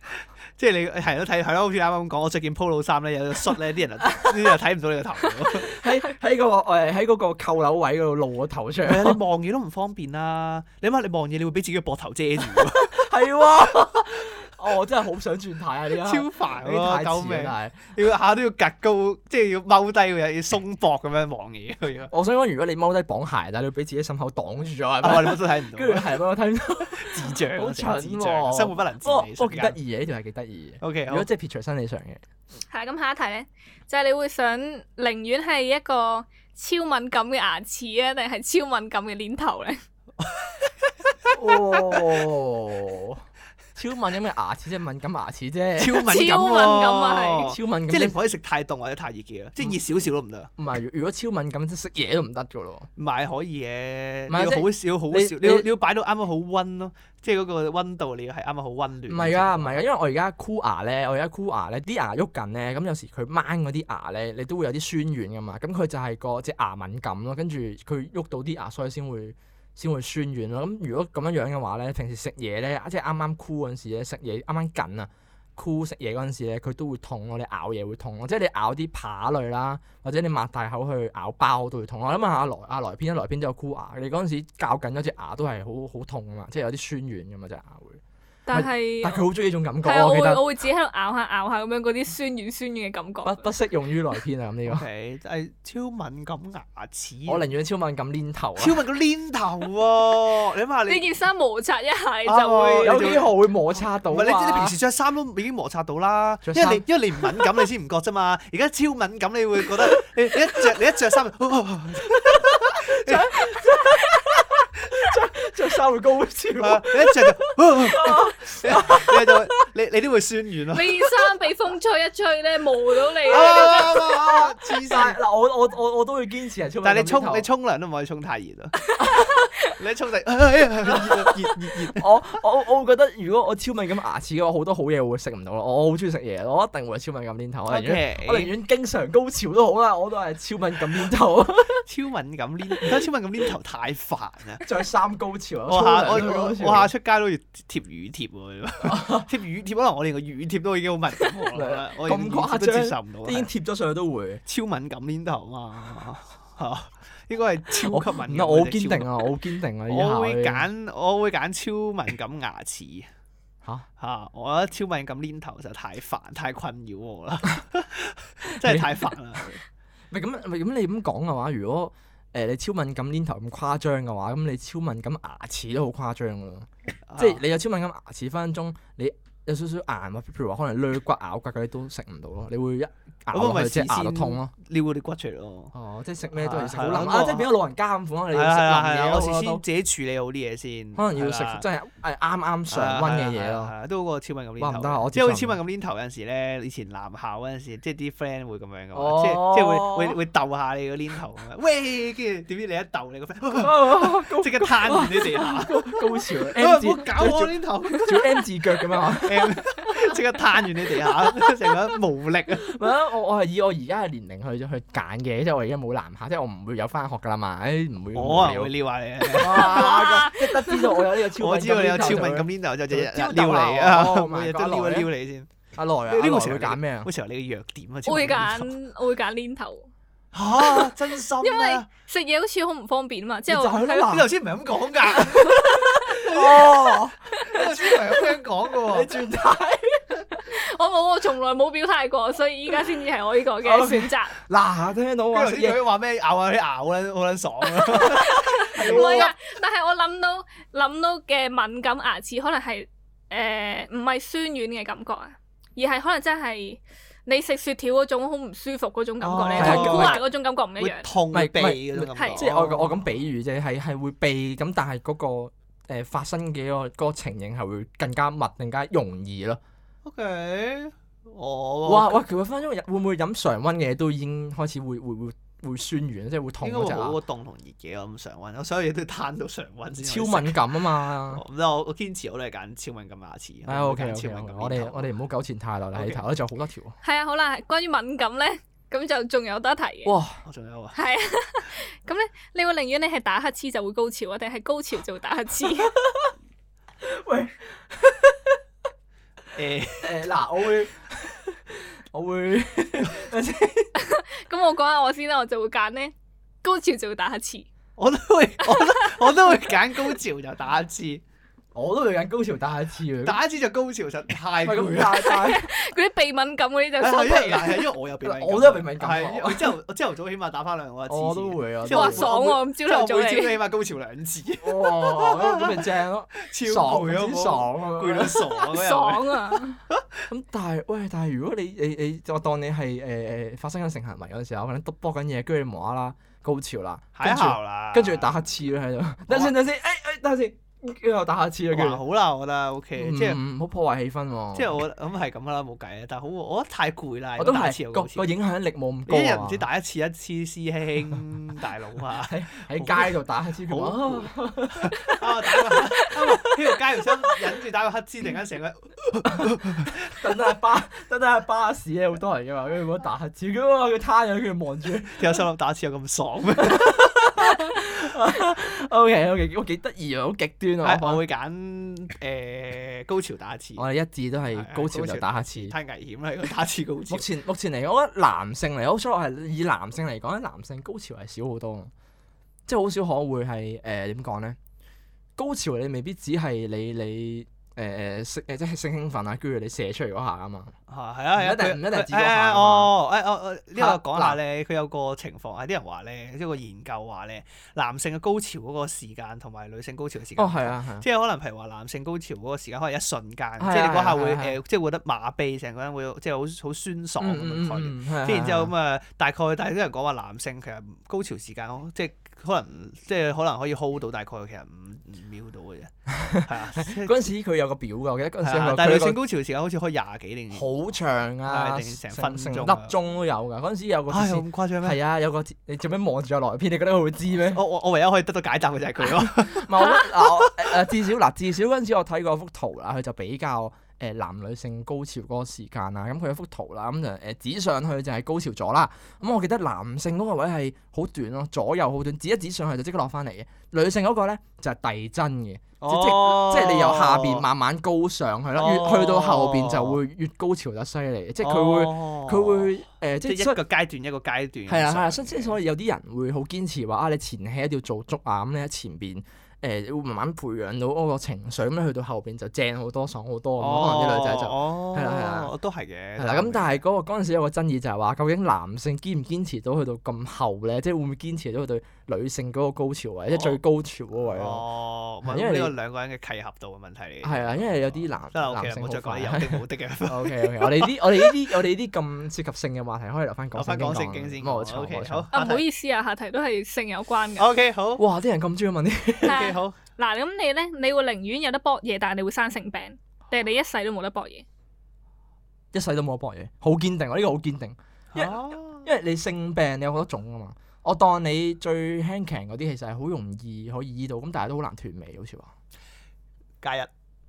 即係你係咯睇係咯，好似啱啱咁講，我着件 polo 衫咧有個恤咧，啲 人就啲人睇唔到你個頭喎，
喺 喺個誒喺嗰個扣樓位嗰度露個頭出嚟
係，啊，你望嘢都唔方便啦，你諗下你望嘢你會俾自己嘅膊頭遮住喎，
係喎。 哦，我真係好想轉態啊！呢一刻
超煩
呢啲太
喎，救
似啦
命！啊
但係
要下都要趌高，即係要踎低，要要鬆膊咁樣望嘢佢要。
我想講，如果你踎低綁鞋，但係你要俾自己心口擋住 咗，係咪
啊！你乜都睇唔到，
跟住係咯，睇唔到。
智障啊，
好
成個
蠢
智障，
喎
生活不能自
不過
理。
不過幾得意嘅，呢條係幾得意嘅。
O K，
如
好
果，即係啊撇除生理上嘅，
係咁下一題咧，就係你會想寧願係一個超敏感嘅牙齒啊，定係超敏感嘅鏈頭咧？
哦， 超敏感嘅牙齒即係敏感牙齒啫，
超敏感
超敏感啊
喎
係
超敏
即
感
係你
即
唔可以食太凍或者太熱嘅嘢，即係熱少少都唔得。
唔係，如果超敏感即係食嘢都唔得噶咯。
唔係可以嘅，
唔
你
係
要
即係
好少好
你
少，你要
你
你要擺到啱啱好温咯，即係嗰個温度你要係啱啱好温暖。
唔係啊，唔係啊，因為我而家箍牙咧，我而家箍牙咧，啲牙喐緊咧，咁有時佢掹嗰啲牙咧，你都會有啲酸軟噶嘛，咁佢就係個隻牙敏感咯，跟住佢喐到啲牙，所以先會先會酸軟咯。咁如果咁樣樣嘅話咧，平時食嘢咧，即係啱啱箍嗰陣時咧，食嘢啱啱緊啊，箍食嘢嗰陣時咧，佢都會痛咯，你咬嘢會痛咯，即係你咬啲扒類啦，或者你擘大口去咬包都會痛。我諗下阿萊阿萊編，阿萊編都有箍牙，你嗰陣時教緊嗰隻牙都係好好痛噶嘛，即係有啲酸軟噶嘛隻牙會。
但係
但佢好中意呢種感覺
係啊，
啊，我
我
記
會
得
我會自己喺度咬下咬下咁樣嗰啲酸軟酸軟嘅感覺。
不不適用於來篇啊咁 呢
OK，係超敏感牙齒。啊
個，我寧願超敏感黏頭啊
超，敏感黏頭喎，你諗下你
呢件衫摩擦一下
啱
就會
喎
有幾何會摩擦到
唔
啊？
係你知你 平時着衫都已經摩擦到啦，
着
因
衫
為你因為你唔敏感你先唔覺啫 嘛。而家超敏感你會覺得你你一着你一着 衫就，哦
着衫會高潮
啊你一着就，你就你你都會酸軟咯。
你件衫俾風吹一吹咧，磨到你啊。
啊啊啊 黐
但
線！
係嗱，我我我我都會堅持係超敏感
但係
黏
你
頭。
沖你沖涼都唔可以沖太熱 咯，你一沖就哎呀熱啊熱熱熱。
我我我會覺得，如果我超敏感牙齒嘅話，好多好嘢會食唔到咯。我好中意食嘢，我一定會超敏感黏頭。我寧願
OK，
我寧願經常高潮都好啦，我都係超敏感黏 頭。
超敏感黏，而家超敏感黏頭太煩啊！
着衫高潮，啊
我下
沖涼
我
都
我
高
我
潮
下出街都要貼乳貼喎， 貼乳貼可能我連個乳貼都已經好敏感 啦，我連
咁
乳貼
誇
都
張
接受唔到
已經
啦，
貼咗上去都會。
超敏感黏頭啊嘛， 應該係
我
超級
唔
敏
係
感。
我好堅定啊！我好堅定啊！呢下
我會揀我會揀超敏感牙齒
嚇
嚇，我覺得超敏感黏頭就太煩太困擾我啦， 真係太煩啦。
唔係咁，唔係咁你咁講嘅話，如果誒、你超敏感黏頭咁誇張嘅話，咁你超敏感牙齒都好誇張㗎咯。
啊
即係你有超敏感牙齒，分分鐘你有少少硬啊，譬如話可能攣骨咬骨嗰啲都食唔到咯，你會一咬
咁咪
落去即
事
係牙
先
到痛咯。
撩嗰啲骨出嚟咯。
哦，即係食咩都係食好
係
腍
係
啊！即係變咗老人家咁款，
係
你
啦
要食
係啦
腍
係啦，
嘢
我
咯
事
好多
先
都
自己處理好啲嘢先。
可能要食
係啊啦
真係誒
啊
啱啱常温嘅嘢咯。
係啊，都嗰個超敏感黏
哇
頭。
唔得啊！我
即係好似
接
超
受唔到
敏咁黏頭有陣時咧，以前男校嗰陣時，即係啲 friend 會咁樣噶嘛，
哦
即係即係會會會鬥下你個黏 頭咁樣，喂，跟住點知你一鬥你個 friend
啊高
即刻攤完 啲地下，
高 潮
喂哎唔
M 字
好搞我
仲
黏頭，
仲 M 字腳咁樣啊！
即刻攤完啲地下，成個人無力啊！
唔係啊我我係以我而家嘅年齡去去揀嘅，即係我而家冇男校，即係我唔會有翻學㗎啦嘛，誒唔會
我啊
無聊
會撩下你啊，
哇！即係得知道我有呢個超敏感，
我知道你有超敏感黏頭，就日日撩你啊，
哦
每日都
明白
撩一撩你先。
阿來啊，
哎呢
呢
個
個
時
時
候
候揀咩啊？
好似話你嘅弱點啊，
我
超
會
敏感黏頭
揀我會揀黏頭，
嚇真心
因為
啊！
食嘢好似好唔方便啊嘛。之
就
後
係
係
啦
你頭先唔係咁講㗎。
哦，
呢個先係咁樣講 嘅喎，
轉態
我冇我從來冇表態過，所以依家先至係我呢 個嘅選擇。
嗱，聽到啊
跟
我
住頭
食
先
嘢
佢話咩咬下啲咬好撚好撚爽 啊！
唔係啊，但係我諗到諗到嘅敏感牙齒，可能係誒唔係酸軟嘅感覺啊，而係可能真係你食雪條嗰種好唔舒服嗰種感覺咧，
哦
同箍牙嗰種感覺唔一
啊會
樣。
痛
咪
會鼻嗰種感覺，
係
即係我我咁比喻啫，係係會避咁，但係嗰、個。誒、發生嘅嗰個嗰個情形係會更加密、更加容易咯。
OK，我哦
哇哇，其實分分鐘會唔會飲常温嘅嘢都已經開始會會會會酸軟，即係會痛
應該
嗰
會
隻啊
好
牙
過凍同熱嘅，我咁常温，我所有嘢都要攤到常温先。
超，敏感啊嘛。
唔得，我我堅持我都係揀超敏感牙齒。
唉
我唔
o
會
k
揀
啊 OK，
超敏感
我
面
哋
頭
我哋唔好糾纏太耐啦，起
OK
頭咧仲有好多條。
係啊，好啦，關於敏感咧，咁就仲有得一題嘅。
哇！
我仲有啊，
係啊， 咁咧，你會寧願你係打乞嗤就會高潮啊，定係高潮就會打乞 嗤？
誒
誒嗱，我會 我 會
咁我講下我先啦，我就會揀咧高潮就會打乞嗤。
我都會我都我都會揀高潮就打一 支，
我都嚟緊高潮打一次嘅。
打一支就高潮實太
唔係
攰
咁
啦。
但但
嗰啲鼻敏感嗰啲就
哎係
收
因為
皮啊！
係因為我有鼻敏感，啊
我都有鼻敏感
係我朝頭我朝頭早起碼打翻兩個一次先。
我都會啊
即係
我
哇，
會
爽喎！咁
即
朝
係
頭
我
早
每朝
你
都。起碼高潮兩次，
哇，咁咪正咯，
超
爽
攰
先
咯，
爽啊！
攰到傻啊！嗰日 會
爽啊！
咁但係喂，但係如果你你你我當你係誒誒發生緊性行為嗰陣時候，可能督波緊嘢，跟住你無啦啦高潮啦，
下
跟
一
住
校啊啦，
跟住打乞嗤啦喺度，等先等先，誒誒等先，跟住我打乞嗤啦，跟
還
住
好啦，我覺得 OK，即係
唔好破壞氣氛喎。
即係我咁係咁啦，冇計啦。啊但係好，我覺得太攰啦，
我都
打一
係
次又
個
高潮
個，影響力冇咁
一日
高
唔
啊
止打一次一次，師兄大佬啊，
喺喺街度打乞嗤，佢
好
話啊
啊打個呢條街唔想忍住打個乞嗤，突然間成個
等等係巴等等係巴士咧，好多人嘅嘛，跟住嗰打乞嗤，佢哇佢攤咗，佢望住。
有心諗打一次有咁爽 咩？
O K O K，我幾得意啊，好極端啊！
我
我
會揀誒高潮打一次，
我哋一致都係高潮就打乞嗤。
太危險啦！如果打一次高潮
目。前目前嚟講，我覺得男性嚟，我所以我係以男性嚟講，男性高潮係少好多，即係好少可會係誒點講咧？高潮你未必只係你你誒誒性誒即係性興奮啊，跟住你射出嚟嗰下啊嘛。
係係 啊係啊，
唔一定
佢
唔一定
佢
自己嗰
係
下
啊
啊嘛
哦，誒我我呢個講下
嗱
咧，佢有個情況係啲人話咧，有個研究話咧，男性嘅高潮嗰個時間同埋女性高潮嘅時間
哦，係啊，係啊。
即係可能譬如話男性高潮嗰個時間可能一瞬間，
係啊
即係你嗰下會
係啊係
誒，即係會覺得麻痹，成個人會即係好好酸爽咁
嗯
樣概念。
嗯嗯，
即係然之後
咁
咁啊，大概但係啲人講話男性其實高潮時間即係可能即係可能可以 hold 到大概其實五五秒到嘅啫，係啊即係
嗰陣時佢有個表㗎，我記 得嗰陣時
係
有
啊
個。
但係
佢
女
有個
性高潮時間好似可以廿幾年。
好長啊，
係定成分
成
鐘
粒
啊
鐘都有㗎。嗰陣時有個
唉，有
節
咁誇張咩？
係啊，有個節你做咩望住我萊編？你覺得佢會知咩？
我我我唯一可以得到解答嘅就係佢咯。
唔係我覺得嗱，我誒誒至少嗱，至少嗰陣時我睇過幅圖啦，佢就比較誒男女性高潮嗰個時間啦。咁佢有幅圖啦，咁就誒指上去就係高潮咗啦。咁我記得男性嗰個位係好短咯，左右好短，指一指上去就即刻落翻嚟嘅。女性嗰個咧就係遞增嘅， 即係你由下邊慢慢高上去啦，
哦
越去到後邊就會越高潮得犀利，即係佢會
會
佢會誒
哦
呃
即
即
係一
係。
個階段一個階段。
係啦係啦，所以即係所以有啲人會好堅持話啊，你前戲一定要做足啊，咁你喺前邊誒會慢慢培養到嗰個情緒，咁你去到後邊就正好多、爽好多咁咯。可能啲女仔就
哦，
係啦係啦
都係嘅。
係啦。咁但係嗰個嗰陣時有個爭議就係話，究竟男性堅唔堅持到去到咁後咧？即係會唔會堅持到去到女性嗰個高潮位，即係最高潮嗰位咯？
哦，
係
因
因
為
為
呢個
你
兩個人嘅契合度嘅問題嚟嘅。
係啊啦，因為有啲男
真係我其
男
實
性
冇
好
再講
快
啲。有的冇 的嘅。
O K O K，我哋 呢我哋呢啲我哋呢啲咁涉及性嘅話題，可以留翻講
我翻講聖
聖
經先講。
冇
O
錯
K，
冇
好
錯。。
啊，唔好意思啊，下題都係性有關 嘅。
O K，好。O
哇！啲人咁中意問啲
K，好。
嗱，咁你咧，你會寧願有得搏嘢，但係你會生性病，定係你一世都冇得搏嘢？
一世都冇得搏嘢，好堅定，我呢個好堅定。因為
哦
因為你性病你有好多種啊嘛。我當你最輕強嗰啲其實係好容易可以醫到，咁但係都好難斷尾，好似話
假日。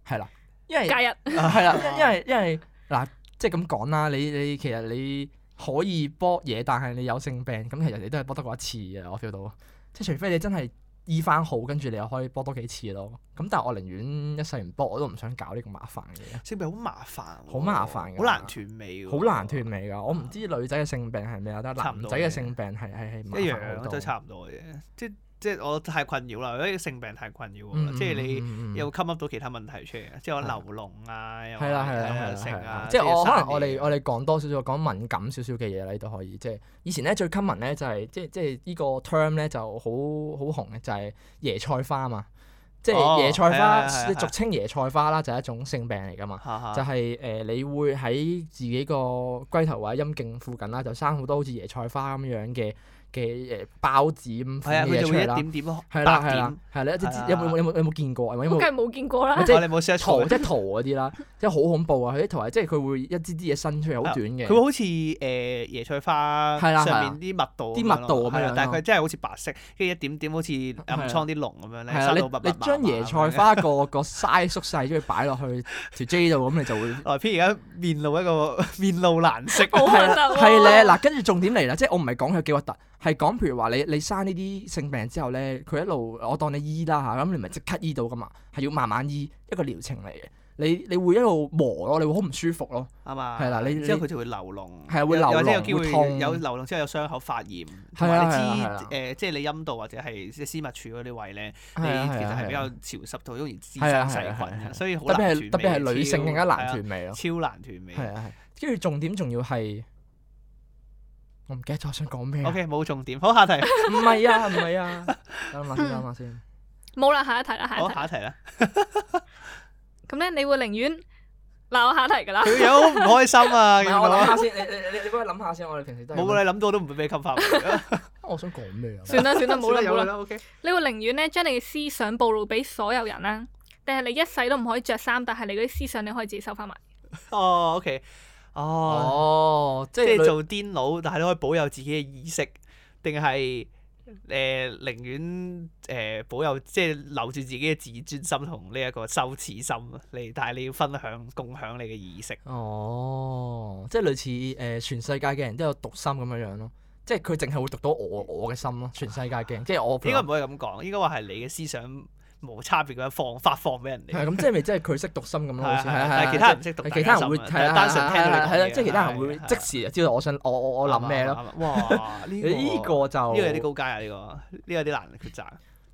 係啦，因為
假日
係啦， 因因為因為嗱，即係咁講啦，你你其實你可以搏嘢，但係你有性病，咁其實你都係搏得過一次嘅，我 feel 到，即係除非你真係醫翻好，跟住你又可以搏多幾次咯。咁但係我寧願一世唔搏，我都唔想搞呢個麻煩嘅嘢，
性病好麻煩喎。
好麻煩㗎
好難斷尾㗎喎。
好難斷尾㗎。我唔知女仔嘅性病係咩啊，但係
差唔
男
多
仔嘅
嘅
性病係係係麻
一
煩好
樣
多
都差唔多嘅啫，即即我太困擾啦，因為性病太困擾我
嗯
啦，即係
你
你又 come up 到其他問題出嚟，即係我流脓啊，又
係啦係
係
啦係
啊
啦
性
係啦
啊，，
即係我可能我
即係
哋我哋講多少少講敏感少少嘅嘢咧都可以，即係以前咧最 common 咧就係即係即係呢個 term 咧就好好紅嘅就係椰菜花嘛，即係
哦
椰菜
係
花，
啊係啊係啊嗯
俗稱椰菜花啦，就係一種性病嚟噶嘛。
嚇
就
嚇
係誒，你會喺自己個龜頭或者陰莖附近啦，就生好多好似椰菜花咁樣嘅嘅誒包子咁
係啊，
款嘅嘢
佢就
出
會
嚟
一
啦，
點點咯，
係啦
白
係啦
點，
係啦，即
係啊
係有冇有冇有冇見過啊？有
我
冇
梗係冇見過啦
或。者
我哋冇 search
圖
過
即係圖嗰啲 啦，即係好恐怖啊！佢啲圖係即係佢會一支支嘢伸出嚟，好短嘅。
啊佢會好似誒椰菜花
係啦係啦
上面啲密度
啲
咁樣
密度
咯
咁
係啦
樣
但係
咯
佢真係好似白色，跟住一點點好似暗
係
瘡啲龍咁樣咧，
係啊，
生到密
你
密
你將椰菜花個個 size 縮細，將佢擺落去條 J 度，咁你就會
來篇哦而家面露一個 面露難 色，
好核
係啦
突喎
係咧。嗱，跟住重點嚟啦，即係我唔係講佢幾核突，係講譬如話你你生呢啲性病之後咧，佢一路我當你醫啦嚇，咁你咪即刻醫到噶嘛，係要慢慢醫一個療程嚟嘅。你你會一路磨咯，你會好唔舒服咯。
啱啊，
係啦你
之後
你
佢就會流膿，
係啊會
又
流
又或者有
膿
機
會
會
痛
有流膿之後有傷口發炎，同
係啊
埋
係
你
啊係啊
知呃誒，即係你陰道或者係即係私密處嗰啲位咧，你
係啊
其實
啊
係比較
啊
潮濕到容易滋生
係啊
細
係啊係啊
菌
係
嘅，
啊
所以好
特別
難
係特別係女性更加難
斷
斷尾咯。
啊超難斷尾。
係啊係，跟住重點仲要係，我唔記得咗我想講咩啊
OK，冇重點，好下題，
唔係啊唔係啊，等我諗下先，諗下先。
冇啦，下一題啦，下一
好
題。
下一題 啦。
咁咧，你會寧願嗱我下一題㗎啦。
佢樣好哎唔開心啊，
唔
見
係我
到
諗
啊
下先，你你你你幫我諗下先，我哋平時都係咁
冇。你諗到都唔會俾你 吸發。
我想講咩啊？
算啦算啦，冇 啦
有
冇啦。
啦，OK。
你會寧願咧將你嘅思想暴露俾所有人啦，定係你一世都唔可以着衫，但係你嗰啲思想你可以自己收翻埋？
哦，OK，哦，
哦，即
即
係
係
做
做癲佬，但係你可以保有自己嘅意識，定係誒寧願誒保有即係留住自己嘅自尊心同呢一個羞恥心，你但係你要分享共享你嘅
啊
意識。
哦，即係類似誒、呃全世界嘅人都有讀心咁樣樣咯，即係佢淨係會讀到我我嘅心咯，全世界嘅人，即係我
應該唔可以咁講，應該話係你嘅思想無差別咁樣放發放俾人
係
哋。
咁，即係咪即係佢識讀心咁咯？好似
係係
係係
但係其他人唔識讀
係
大
其
家
他人
心
會
啊
係啊
單純聽你
係啊係
講
啊
嘢
即係其他人
係
會
啊
即時就知道我想我我我諗咩咯。
啱啊？啱啊啱啊 哇！呢
呢
個
個就
呢個有啲高階啊！呢個呢個有啲難抉擇。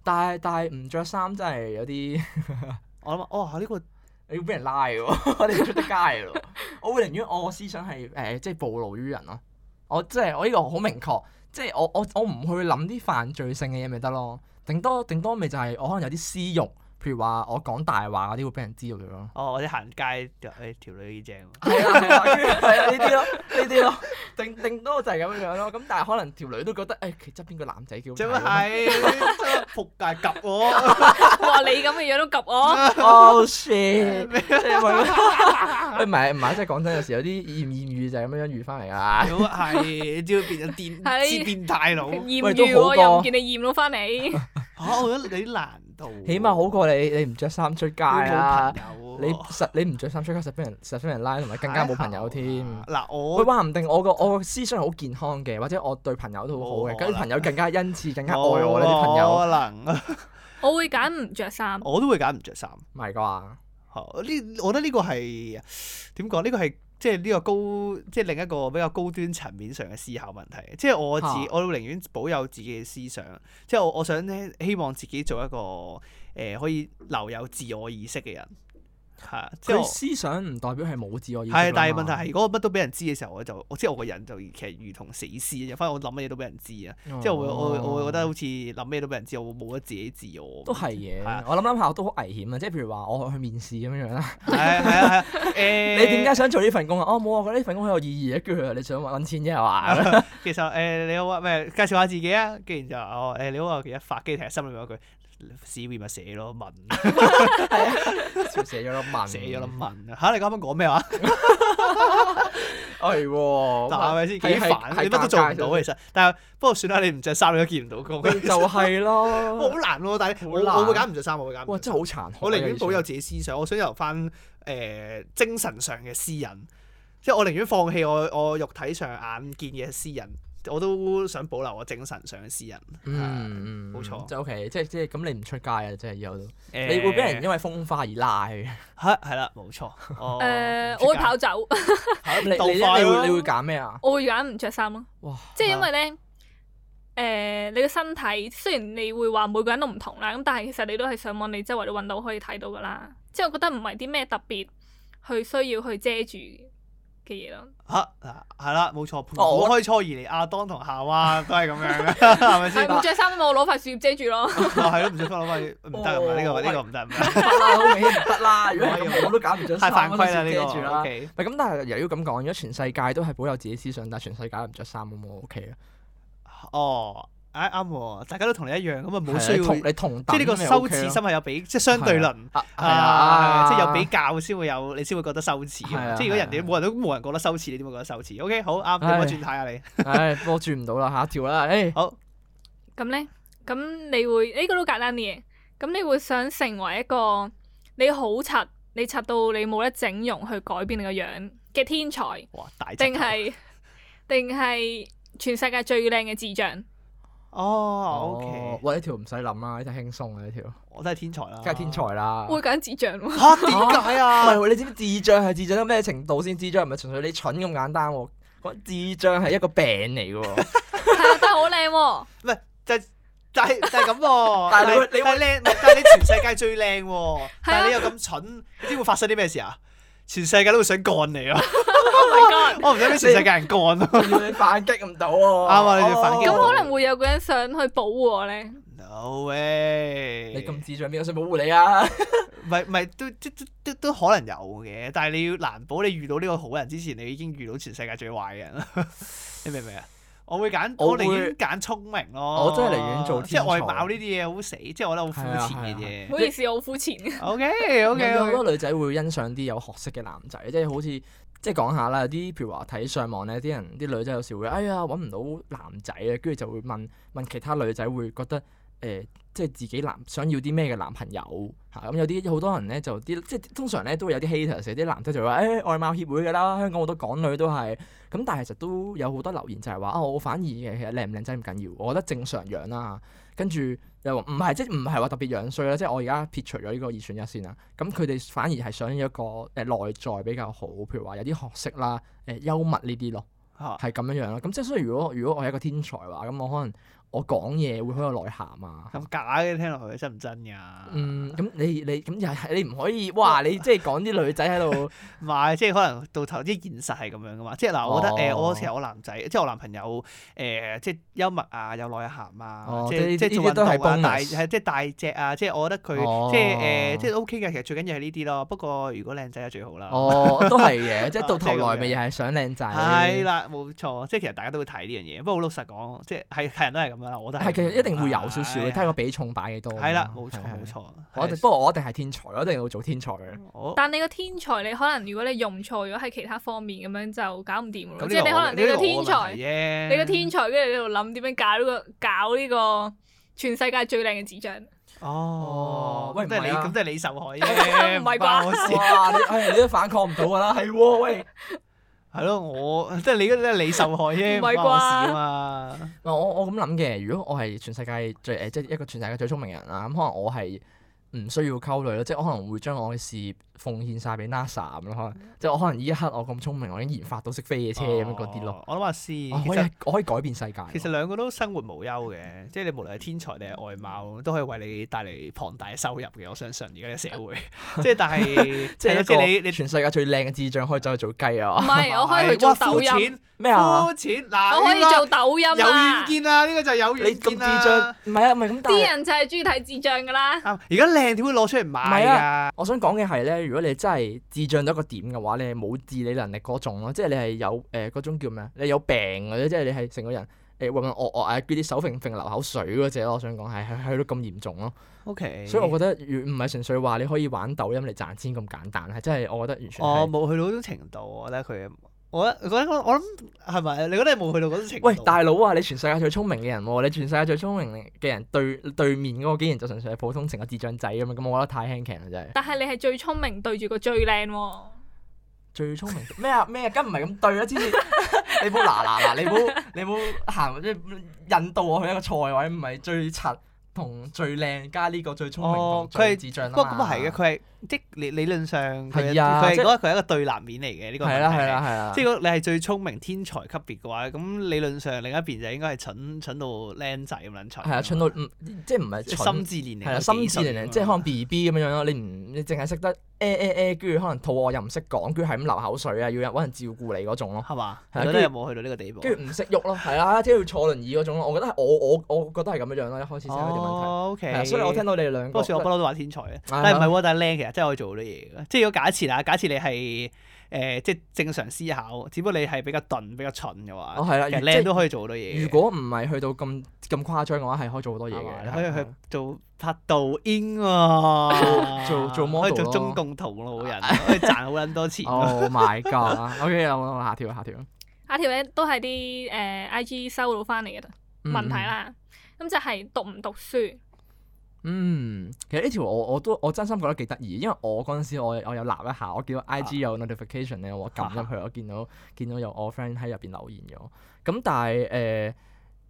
但係但係唔着衫真係有啲
我諗哦，呢個
你要俾人拉嘅喎， 我哋出得街嘅 咯。我會寧願我思想係誒、呃即係暴露於人咯。我即係我呢個好明確，即係我我我唔去諗啲犯罪性嘅嘢咪得咯。頂多頂多咪就係我可能有啲私欲，譬如話我講大話嗰啲會俾人知道咗咯。
哦，我哋行街就誒條女幾 正喎，
係啊係啊，係啊呢啲咯呢啲咯， 頂頂多就係咁樣樣咯。咁但係可能條女都覺得誒，其實邊個男仔叫啊
做乜係？ 真係仆街夾我。
哇！你咁嘅樣都及啊我，
Oh shit！即係為 咗喂唔係唔係，即係講真，有時有啲諺諺語就係咁樣遇翻嚟㗎。
咁係，你知道變咗癲
係
黐變態佬
驗
喂都
住
好
我又
過
唔見你驗到翻嚟，
嚇！我覺得你啲難度，
起碼好過你你唔着衫出街啦
冇。朋友喎，啊
你實你唔着衫出街，實俾人實俾人拉，同埋更 加冇朋友添。
嗱，
喂，
我
話唔定我個我個思想係好健康嘅，或者我對朋友都好好嘅，
冇可
跟
能
住朋友更加恩賜，更加愛我呢啲朋友，
可能
我會揀唔着衫。
我都會揀唔着衫。
唔係啩？
嚇呢，我覺得呢個係點講？呢個係即係呢個高，即係另一個比較高端層面上嘅思考問題。即係我自，
嚇
我寧願保有自己嘅思想。即係我，我想咧，希望自己做一個誒、呃可以留有自我意識嘅人。係啊，即係
佢
我
思想唔代表係冇自我意識
係，但係
㗎嘛
問題係，如果我乜都俾人知嘅時候，我就我即係我個人就其實如同死屍，反正我諗乜嘢都俾人知啊。
哦
即係我會我會我會覺得好似諗咩都俾人知，我會冇咗自己自 我。
都係
係啊
嘅。我諗諗下都好危險啊！即係譬如話我去面試咁樣樣啦，
係啊係 啊係啊。誒，
你
你
點解想做呢份工啊？哦，冇啊，我覺得呢份工好有意義啊。跟住佢話你想揾錢啫係 嘛？
其實誒、你好啊，咩介紹下自己啊？跟住就哦誒、你好啊，其實發機，其實心裏面有一句 CV 咪寫咯， 問
笑寫咗粒文，
寫咗啦，問嚇你啱啱講咩話？
係喎，
係咪先幾
哎係係
煩？
係
你乜都做唔
尷尬
到其實，但係不過算啦，你唔着衫你都見唔到 工，
就係
好
咯，
難喎！但係我
好難
我會揀唔着衫，我會揀唔著衫。
哇！真係好殘酷啊。
我寧願保有
呢
自己思想，我想有翻誒、呃精神上嘅私隱，即係我寧願放棄我我肉體上眼見嘅私隱，我都想保留我精神上嘅私隱。
樣嗯，嗯
啊冇錯
就 OK，即係即係咁，你唔出街啊！即係以後都，
誒
你會俾人因為風化而拉嘅。
嚇係啦，冇錯。 哦
誒，呃我會跑走，
嚇
你
你啊
你你
快咯
會你會揀咩啊？
我會揀唔着衫咯。
哇！
即係因為咧，誒、你嘅身體雖然你會話每個人都唔同啦，咁但係其實你都係上網你周圍都揾到可以睇到噶啦。即係我覺得唔係啲咩特別去需要去遮住嘅嘢咯。
嚇嗱係啦，冇錯。盤
哦
古
我
開初而嚟，亞當同夏娃都係咁樣嘅，係咪
係
先？
唔
哦
着衫咁，我攞塊樹葉遮住咯。
係咯，唔着翻攞翻，唔得唔得，呢個
哦
呢個唔得唔得，
得啦，好明顯唔得 啦！如果係咁，我都揀唔準
哎太犯規啦
你
呢
記住
個。
啦。
OK，
喂，咁但係又要咁講，如果全世界都係保有自己思想，但係全世界都唔着衫，咁我 OK 啊。
哦，啱啱喎，大家都同你一樣，咁啊冇
係
需
你同
要，
你同
即係
等
呢個
咪
羞
OK
恥
咯
心係有比，即係相對論。
啊係
啊，
啊，
即係有比較先會有，你先會覺得羞恥㗎嘛。
係啊
即係如果人哋冇人都冇人覺得羞恥，你點會覺得羞恥？OK，好啱，你
唉
我轉睇下你。
唉，我轉唔到啦，下一條啦，誒，
好，
咁咧，咁你會呢、個都簡單啲嘅。咁你會想成為一個你好柒，你柒到你冇得整容去改變你個樣嘅天才，
哇，大隻
定係定係全世界最靚嘅智障？
哦，OK，
喂，呢條唔使諗啦，呢條輕鬆啊，呢條，
我都係天才啦，
梗係天才
啊
哦啦。
會揀智障喎。
嚇點解
唔
啊？
係喎，你知唔知智障係智障到咩程度先？智障唔係純粹你蠢咁簡單喎，講智障係一個病嚟嘅 喎。
係啊，但係好靚喎。
唔係就係就係就係咁 喎。
但係你會
但係靚，但係你全世界最靚
啊
喎，但係你又咁蠢，你知會發生啲咩事啊？全世界都會想幹你啊！
Oh my god！
我唔想俾全世界人幹啊 咯。
要你反擊唔到喎。哦啱
啊你哋反擊
咁
唔到
可能會有個人想去保護我咧。
No way！
你咁智障，邊個想保護你啊？
唔係唔係，都都都都都可能有嘅，但係你要難保你遇到呢個好人之前，你已經遇到全世界最壞嘅人啦。 你明唔明啊？我會揀，
我
我
會
寧願揀聰明咯。
我真係寧願做
即係
天才
外貌呢啲嘢好死，即係我覺得好膚淺嘅
唔好
嘢。
意思，我好膚淺。
啊
O K O
有好
K，
多女仔會欣賞啲有學識嘅男仔，即係好似即係講下啦，有啲譬如話睇上網咧，啲人啲女仔有時會哎呀揾唔到男仔啊，跟住就會問問其他女仔會覺得誒、呃即係自己男想要啲咩嘅男朋友嚇，咁、有啲好多人咧就啲即係通常咧都會有啲 haters，有啲男仔就會話誒、外貌協會㗎啦，香港好多港女都係咁，但係其實都有好多留言就係話啊，我反而嘅其實靚唔靚仔唔緊要，我覺得正常樣啦，跟住。又話唔係，即係唔係話特別樣衰啦，即係我而家撇除咗呢個二選一先啦。咁佢哋反而係想要一個誒、呃、內在比較好，譬如話有啲學識呃啦、誒、幽默呢啲咯，
嚇
係咁樣樣咯。咁即係所以如果如果我係一個天才嘅話，咁我可能我講嘢會好有內涵啊。
咁假嘅聽落去真唔真㗎？
嗯，咁你你咁又係你唔可以，哇！你即係講啲女仔喺 度，
唔係，即係可能到頭啲現實係咁樣噶嘛。即係嗱，我覺得誒、
哦
我其實我男仔，即係我男朋友誒、即係幽默啊，有內涵啊，
哦
即
即係
係
呢
即係做
呢啲
運
都
動
係
啊，大
bonus
係即係大隻啊，即係我覺得佢、
哦
即係誒、即係 OK 嘅。其實最緊要係呢啲咯。不過如果靚仔就最好啦。
哦，都係嘅，即係到頭
啊即係咁
來
樣
咪又係想靚仔。
係啦，冇錯，即係其實大家都會睇呢樣嘢。不過好老實講，即係係係人都係咁樣啦，我都係咁樣。
係其實一定會有少少嘅，
係
睇下個比重擺幾多。
係啦，冇錯
係係
冇錯。
我一定
係
不過我一定係天才，我一定要做天才嘅。
我
但你個天才，你可能如果你用錯咗喺其他方面咁樣就搞唔掂咯。
咁
即係你可能你個天才，
才
你個天才，跟住你喺度諗點樣搞呢個搞呢個全世界最靚嘅紙張。
哦
哦，喂
咁都係
唔
你
係啊
咁都係你受害啫，
唔係啩
關我事
哇！你哎你都反抗唔到 㗎啦，係喎喂。
係咯，我即係你嗰啲係你受害啫，
唔
唔
係啩
關我事啊嘛。
唔係我我咁諗嘅，如果我係全世界最誒、呃即係一個全世界最聰明嘅人啦，咁可能我係唔需要溝女咯，即係我可能會將我嘅事業奉獻晒俾 NASA 咁咯，可能
嗯
即係我可能呢一刻我咁聰明，我已經研發到識飛嘅車咁樣嗰啲咯，
哦。我諗下先，
我
其
可以
實
我可以改變世界喎。
其實兩個都生活無憂嘅，即係你無論係天才定係外貌，都可以為你帶嚟龐大嘅收入嘅。我相信而家嘅社 會，即係但係
即係
係
一
咯即係
個
你你
全世界最靚嘅智障可以走去做雞
唔
啊！
係，我可以去做
哇
抖
膚
音，
淺
咩啊？
膚淺嗱，
我可以
呢個
做抖音啊
有
啦
遠。見啦，呢個就係有
你
遠
咁
見啊
智
啦。
障唔係啊？唔係咁，但
啲
係
人就係中意睇智障噶啦。
啱啊而家靚點會攞出嚟
唔係
賣
啊
㗎？
我想講嘅係咧，如果你真係智障到一個點嘅話，你係冇自理能力嗰種咯，即係你係有誒嗰、種叫咩啊？你有病嘅啫，即係你係成個人誒渾渾噩噩啊，叫啲手揈揈流口水嗰只咯。我想講係係係去到咁嚴重咯，
O K，
所以我覺得如唔係純粹話你可以玩抖音嚟賺錢咁簡單，係真係我覺得完全係
我哦冇去到嗰種程度，我覺得佢，我覺得我覺得我諗係咪？你覺得你冇去到嗰種程度？
喂，大佬啊！你全世界最聰明嘅人喎，你全世界最聰明嘅人對對面嗰個竟然就純粹係普通成個智障仔咁樣，咁我覺得太輕騎啦，真係
但係你係最聰明對住個最靚喎，
最聰明咩啊咩啊，梗唔係咁對啦，黐線！ 你唔好嗱嗱嗱，你唔好你唔好行即係引導我去一個錯位，唔係最柒同最靚加呢個最聰明同
哦
最
佢係
智障啊
不過咁啊係嘅，
嘅，
佢係即係理理論上佢
係啊
佢
即係
係覺得佢係一個對立面嚟嘅呢個問題
係啦係啦係啦，
即係
係
如果你係最聰明天才級別嘅話，咁理論上另一邊就應該係蠢蠢到僆仔咁撚蠢。
係啊，蠢到唔即係唔係
即係
蠢
嗯心。智年齡
係啦，啊
有
心
幾啊
智
歲
年齡，
咁
即係可能
樣
B B 咁樣樣咯。你唔你淨係識得誒誒誒，跟住可能肚餓又唔識講，跟住係咁流口水啊，要人揾人照顧你嗰種咯。
係嘛？
係啊
你覺
跟
得
住
有冇去到呢個地步？啊
跟住唔識喐咯，係啦，即係要坐輪椅嗰種咯。我覺得係我我我覺得係咁樣樣咯，一開始先有啲問題。
哦
係
，OK
啊。所以我聽到你哋兩
不
個
過算我不嬲都話天才嘅，
啊
但係唔係喎，但係靚其實真係可以做好多嘢嘅。即係如果假設啊，假設你係誒、呃即係正常思考，只不過你係比較鈍、比較蠢嘅話，
哦係啦，
其實
如即係
靚都可以做好多嘢嘅。
如果唔係去到咁咁誇張嘅話，係可以做好多嘢
係嘛
嘅。
你可以
係啊
去做拍導演 喎，
做做 model
可以做
咯
中共同 路人，可以賺好撚多錢。
Oh my god！OK，我我下條下條
下啊條咧都係啲誒 I G 收到翻嚟嘅
嗯
問題。啦。咁就係讀唔讀書，
嗯，嗯其實呢條我我都我真心覺得幾得意，因為我嗰陣時我我有立一下，我見到 IG 有 notification 咧，我撳入去，我見到見到有我 friend 喺入邊留言咗。咁但係誒。呃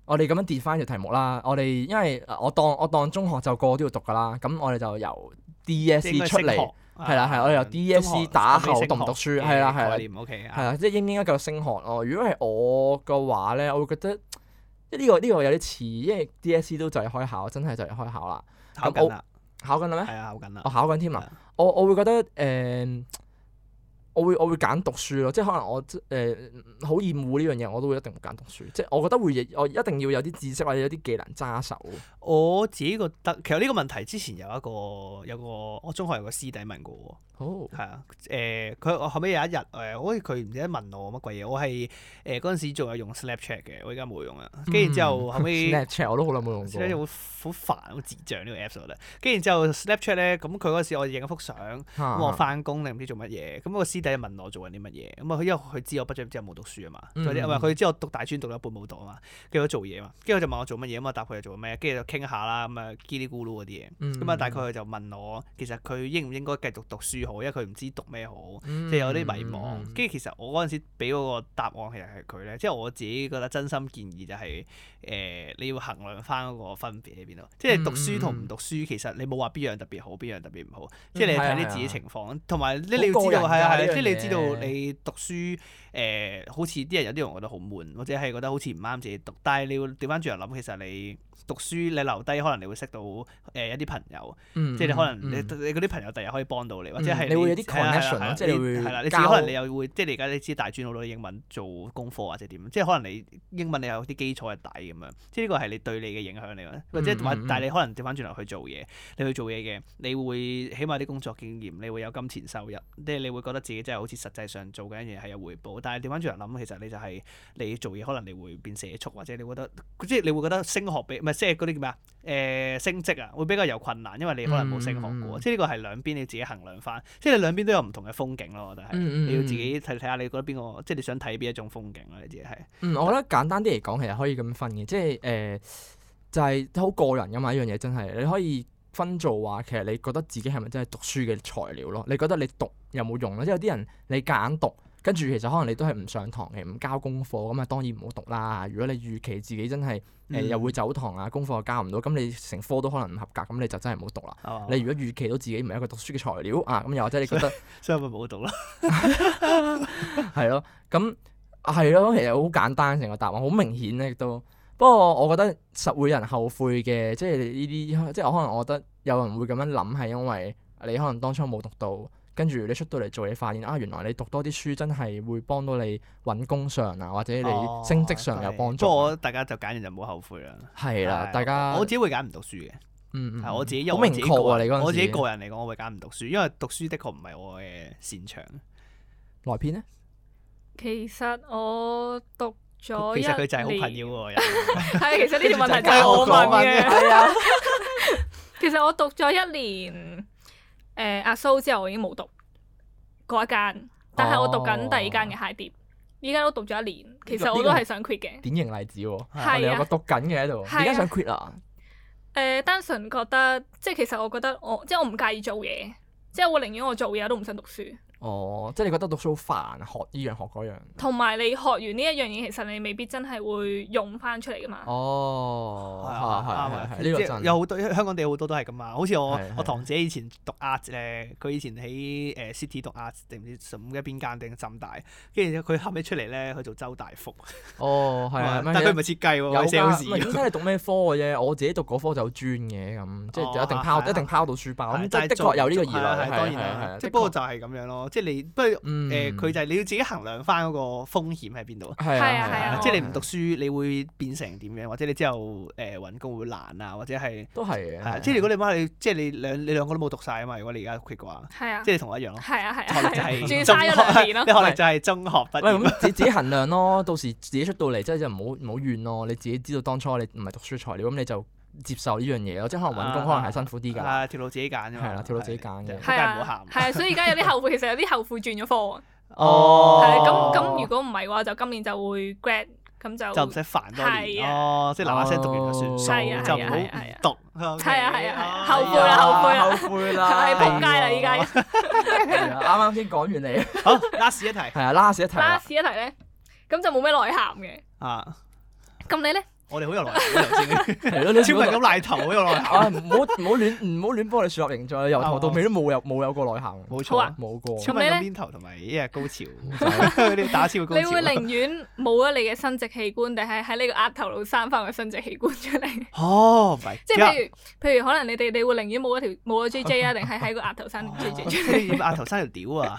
我哋咁樣跌翻條題目啦，我哋因為呃我當我當中學就個個都要讀噶啦，咁我哋就由
即係應該
DSE 出
識
嚟
學，啊嗯
係啦係啦我哋由
中
DSE
學
E 打
後尾
後
升
讀唔讀
學
書
嘅
係啦係啦
概念 OK
係啊，即係應唔應該繼續升學咯？如果係我嘅話咧，我會覺得即係呢個呢、個有啲似，因為 DSE 都就嚟開考，真係就啊嚟開考啦，
考緊啦，
考緊啦咩？哦
係啊考緊啦
我。考緊添
係
啦
啊，
我我會覺得誒、我會我會揀讀書咯，即係可能我誒好、厭惡呢樣嘢，我都會一定會揀讀書，即係我覺得會我一定要有啲知識或者有啲技能揸手。
我自己覺得，其實呢個問題之前有一個有個我中學有個師弟問過
好
喎，係啊，誒佢我後尾有一日誒，好似佢唔記得問我乜鬼嘢，我係誒嗰陣時仲有用 Snapchat 嘅，我而家冇用啦，跟住之後後尾。
嗯 Snapchat 我都好耐冇用
Snapchat
過
好好煩，好智障呢個 apps 我覺得。跟住之後 Snapchat 咧，咁佢嗰時我影咗幅相，咁
嚇。
我翻工定唔知做乜嘢，咁個師弟就問我做緊啲乜嘢，咁啊佢因為佢知我畢咗之後冇讀書啊嘛，
嗯
或者唔係佢知我讀大專讀到一半冇讀啊嘛，跟住我做嘢嘛，跟住佢就問我做乜嘢，咁我答佢又做咩，跟住就傾下啦，咁啊叽哩咕嚕嗰啲嘢，咁啊大概佢就問我其實佢應唔應該繼續讀書好，因為佢唔知讀咩好，
即
即係有啲迷
嗯
茫。跟住其實我嗰陣時俾嗰個答案其實係佢咧，即係我自己覺得真心建議就係、誒、你要衡量翻嗰個分別喺邊度。即係讀書同唔讀書，其實你冇話邊樣特別好，邊樣特別唔好。即係你
嗯嗯係啊
睇你
係啊
自己情況，同埋你
好
你要知
個人
道係啊
㗎呢
係啊
樣
即係你知道
嘅
你讀書誒、呃好似啲人有啲人覺得好悶，或者係覺得好似唔啱自己讀，但係你要調翻轉頭諗，其實你讀書你留低，可能你會識到誒、呃一啲朋友，
嗯
即係你可能
嗯
你
嗯
你嗰啲朋友第日可以幫到你，或者
嗯
係
你會有啲
係啦啊係啦
connection
係啦
咯即係你會
係啦，你自己可
交
能你又會即係你而家你知大專好多英文做功課或者點，即係可能你英文你有啲基礎嘅底咁樣，即係呢個係你對你嘅影響嚟嘅，或者
嗯嗯
或
嗯
但係你可能調翻轉頭去做嘢，你去做嘢嘅，你會起碼啲工作經驗，你會有金錢收入，即係你會覺得自己真係好似實際上做緊一樣嘢係有回報。但係調翻轉頭諗，其實你就係你做嘢可能你會變社畜，或者你覺得即係你會覺得升學比唔係即係嗰啲叫咩啊？誒、升職啊，會比較有困難，因為你可能冇升學過，
嗯嗯嗯
即係呢個係兩邊你自己衡量翻，即係你兩邊都有唔同嘅風景咯。我覺得係、
嗯嗯
你要
嗯
自己睇睇下你覺得邊個，即係你想睇邊一種風景咯，你自己係。
嗯，我覺得簡單啲嚟講，其實可以咁分嘅，即係誒、呃就係、好個人噶嘛，呢樣嘢真係你可以分做話，其實你覺得自己係咪真係讀書嘅材料咯？你覺得你讀有冇用咧？即係有啲人你夾硬讀，跟住其實可能你都係唔上堂嘅，唔交功課咁啊，當然唔好讀啦。如果你預期自己真係誒、呃
嗯
又會走堂啊，功課又交唔到，咁你成科都可能唔合格，咁你就真係唔好讀啦。
係嘛
你如果預期到自己唔係一個讀書嘅材料啊，咁又或者你覺得
所以咪冇讀咯。
係咯，咁係咯，其實好簡單成個答案，好明顯咧亦都。不過我覺得實會有人後悔嘅，即係呢啲，即係我可能我覺得有人會咁樣諗係因為你可能當初冇讀到，跟住你出到嚟做嘢發現啊，原來你讀多啲書真係會幫到你揾工上啊，或者你
哦
升職上有幫助
不過
啊。
我大家就揀完就唔好後悔啦。
係啦，
係啊
大家
我自己會揀唔讀書嘅，
嗯嗯
係我自己因為
好
我
明
自己個
確啊！你
人
嗰陣時
我自己個人嚟講，我會揀唔讀書，因為讀書的確唔係我嘅擅長。
萊編咧，
其實我讀咗一
其實佢就係
係
好朋友喎，人
係，其實呢條問題就
係
係我問嘅。
係啊，
其實我讀咗一年誒阿蘇之後，我已經冇讀嗰一間，但係我讀緊第二間嘅鞋碟，依家都讀咗一年。其實我都係想 quit 嘅。
典型例子喎，我
係啊
哋有個讀緊嘅喺度，
係啊
而家想 quit 啦，
誒、單純覺得即係其實我覺得我即係我唔介意做嘢，即係我寧願我做嘢我都唔想讀書。
哦，即係你覺得讀書好煩，啊學呢樣學嗰樣。
同埋你學完呢一樣嘢，其實你未必真係會用翻出嚟噶嘛。
哦，
係啊
係係係，呢
即
個
係
真
有好多香港地好多都係咁啊！好似我
係係
我堂姐以前讀 art 咧，佢以前喺誒 City 讀 art 定唔知什嘅邊間定浸大，跟住佢後尾出嚟咧，佢做周大福，
哦，係啊，
但佢唔
咩
係設計喎，
有㗎唔
佢 sales
係咁睇你讀咩科嘅啫，我自己讀嗰科就好專嘅咁，即係就一定
哦
拋
係
一定拋到書包， 咁
係
即係
係
的
做
確有呢個疑
係
慮，
啊係
係
當然
係
啦
係，
即
的
係不過
確
就係咁樣咯，即係你不過誒
嗯
佢就係你要自己衡量翻嗰個風險喺邊度。
係
係啊係啊
即係你唔讀書，你會變成點樣？或者你之後誒揾工會難啊，或者係
都係
係
嘅，
啊即係如果你媽你即係你兩你兩個都冇讀晒啊嘛，如果你而家 quit 嘅話，
係啊，
即係你同我一樣咯。
係啊， 係啊，
學
係
歷就
啊
係
仲要
中
嘥咗兩 年
你
咯。
學歷就係中學畢
喂
業。
咁自自己衡量咯，到時自己出到嚟即係就唔好唔好怨咯，你自己知道當初你唔係讀書材料，咁你就接受呢樣嘢咯，即係可能揾工可能係辛苦啲㗎，
啊，條路自己揀啫嘛。
係啦條路自己揀嘅
係
係
仆街唔好
啊
喊，。
係啊，所以而家有啲後悔，其實有啲後悔轉咗 科。啊
哦
係
係
啊
哦
咁咁，如果唔係嘅話，就今年就會 grad，咁就
就唔使煩多
係
年
啊
哦，即係嗱嗱聲讀完就算
係啊
哦
數，就唔好
係啊係啊
唔讀。
係啊係啊係啊
哦
後悔啦後悔啦
啊後悔
係
啦，
仆街啦！依家
係啊啱啱先講完你，
好，last 一題
係啊，last 一題啦
last 一題咧，咁就冇咩內涵嘅。
啊！
咁你咧？
我哋好有內涵 頭
係咯，你
先，超人咁賴頭，好 有內涵。
啊！唔好唔好亂唔好亂幫你樹立形象，由頭到尾都冇有冇有過內涵，
好
冇錯
啊
啊，
冇過。
超
咁你
人
呢
咁邊頭同埋一日高 潮， 你打超高潮。
你會寧願冇咗你嘅生殖器官，定係 喺你個額頭度生翻個生殖器官出嚟？
哦，唔係，
即係譬如譬如可能你哋你會寧願冇咗條冇咗 J J 啊，定係喺個額頭生 J J 出嚟？
即係額頭生條屌啊！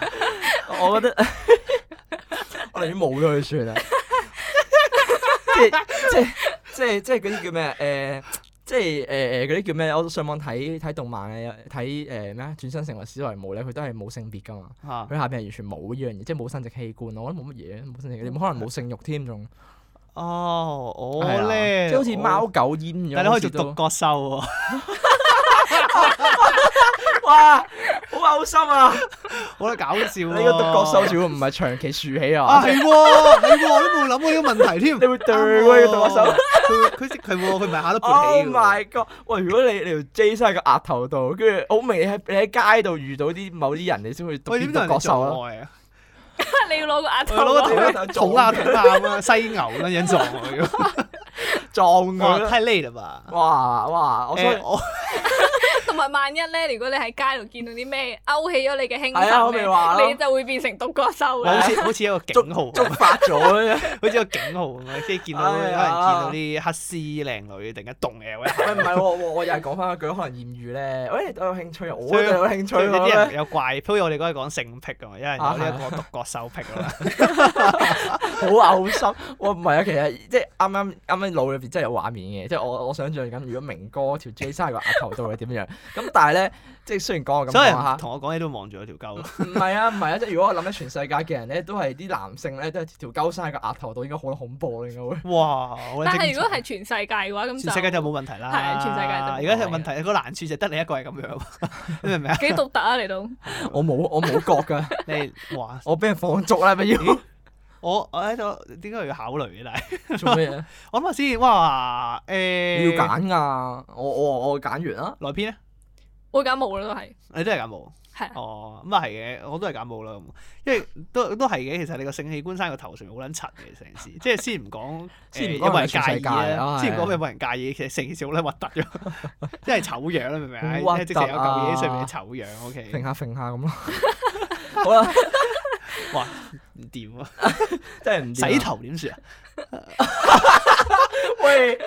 我覺得我寧願冇咗佢算啦。 即係即係即係即係嗰啲叫咩誒？即係誒誒嗰啲叫咩？我上網睇睇動漫嘅，睇誒咩啊轉身成為史萊姆咧，佢都係冇性別噶嘛。
啊
佢下邊係完全冇呢樣嘢，即係冇生殖器官，我覺得冇乜嘢，冇生殖器官，可能冇性慾添仲。
哦，我
係啦
咧
即係好似貓
我
狗煙咁樣。
但你可以
好似
做
都
獨角獸喎。
哇，好嘔心啊！
好啦，搞笑喎！
你個獨角獸仲要唔係長期豎起
啊，
啊？
係喎，係喎，我都冇諗過呢個問題添。
你會對喎個 獨角獸。
佢佢識佢喎，佢唔係下都勃
Oh
起嘅
my god！喂，如果你你條 J 生喺個額頭度，跟住好明顯喺你喺街度遇到啲某啲人，你先會
喎。
讀
喂，
邊
點
獨
解人
角獸
哋做
咯。
愛啊？
你要攞個額頭
我
喎。
攞
我
個頭
覺得
咧捅下捅下咁啊，犀牛咁樣撞佢喎。
撞佢
哇，
啦。
太累啦吧？
哇哇！我
誒
想
我
同咪萬一咧，如果你喺街度見到啲咩勾起咗你嘅興
係啊我
奮
咪話
咧，
咯
你就會變成獨角獸
好
啦。
似好似一個警號，
觸發咗啊咧，
好似一個警號咁樣，即係見到可
哎
能見
呀
到啲黑絲靚女突然間動嘅，喂
喂唔係喎，我我又係講翻嗰句，可能豔遇咧，喂，我有興趣，我
所
都
以
有興趣
所以有啲
喎
人。有怪癖，好似我哋嗰日講性癖啊嘛，有人有呢一個獨角獸癖啊嘛，
好嘔心。我唔係啊，其實即係啱啱啱啱腦裏邊真係有畫面嘅，即係我我想象緊，如果明哥條 J 生喺個額頭度係點樣？咁但係咧，即係雖然講我咁
所有
講啊
人
下，
同我講嘢都望住我條鳩。
唔係啊，唔係啊，即係如果我諗緊全世界嘅人咧，都係啲男性咧，都係條鳩生喺個額頭度，應該好恐怖啊啦，應該會。
哇！好
但係
精
如果
彩
係全世界嘅話，咁
全世界就
就
冇問題啦，
係全世界
就冇
而家係問題，個難處就得你一個係咁樣， 你明唔明啊？
幾獨特啊！嚟到
我冇我冇覺㗎，
你哇！
我俾人放逐啦，咪要
咦我我喺度點解我要考慮嘅？但係
做咩啊？
我諗下先，哇！誒，
要揀㗎，我我我揀完啦。
內篇咧，
我揀冇啦，都係
你都係揀冇
係啊
哦，咁啊係嘅，我都係揀冇啦咁，因為都都係嘅。其實你個性器官生個頭上面好撚柒嘅成 件事，即係先唔講，
先唔
誒有
講
冇
係
人
全
介
世
意
界啊
啦，先唔
係
講
啊
有冇人介意，其實成件事好撚核突嘅， 即係醜樣啦，明唔明
好
啊？
核
即係直情有
突啊
嚿嘢上面係醜樣 ，OK，
揈下揈下咁咯，好啦，
哇唔掂啊！
真係 唔掂啊
洗，頭點算啊？
喂，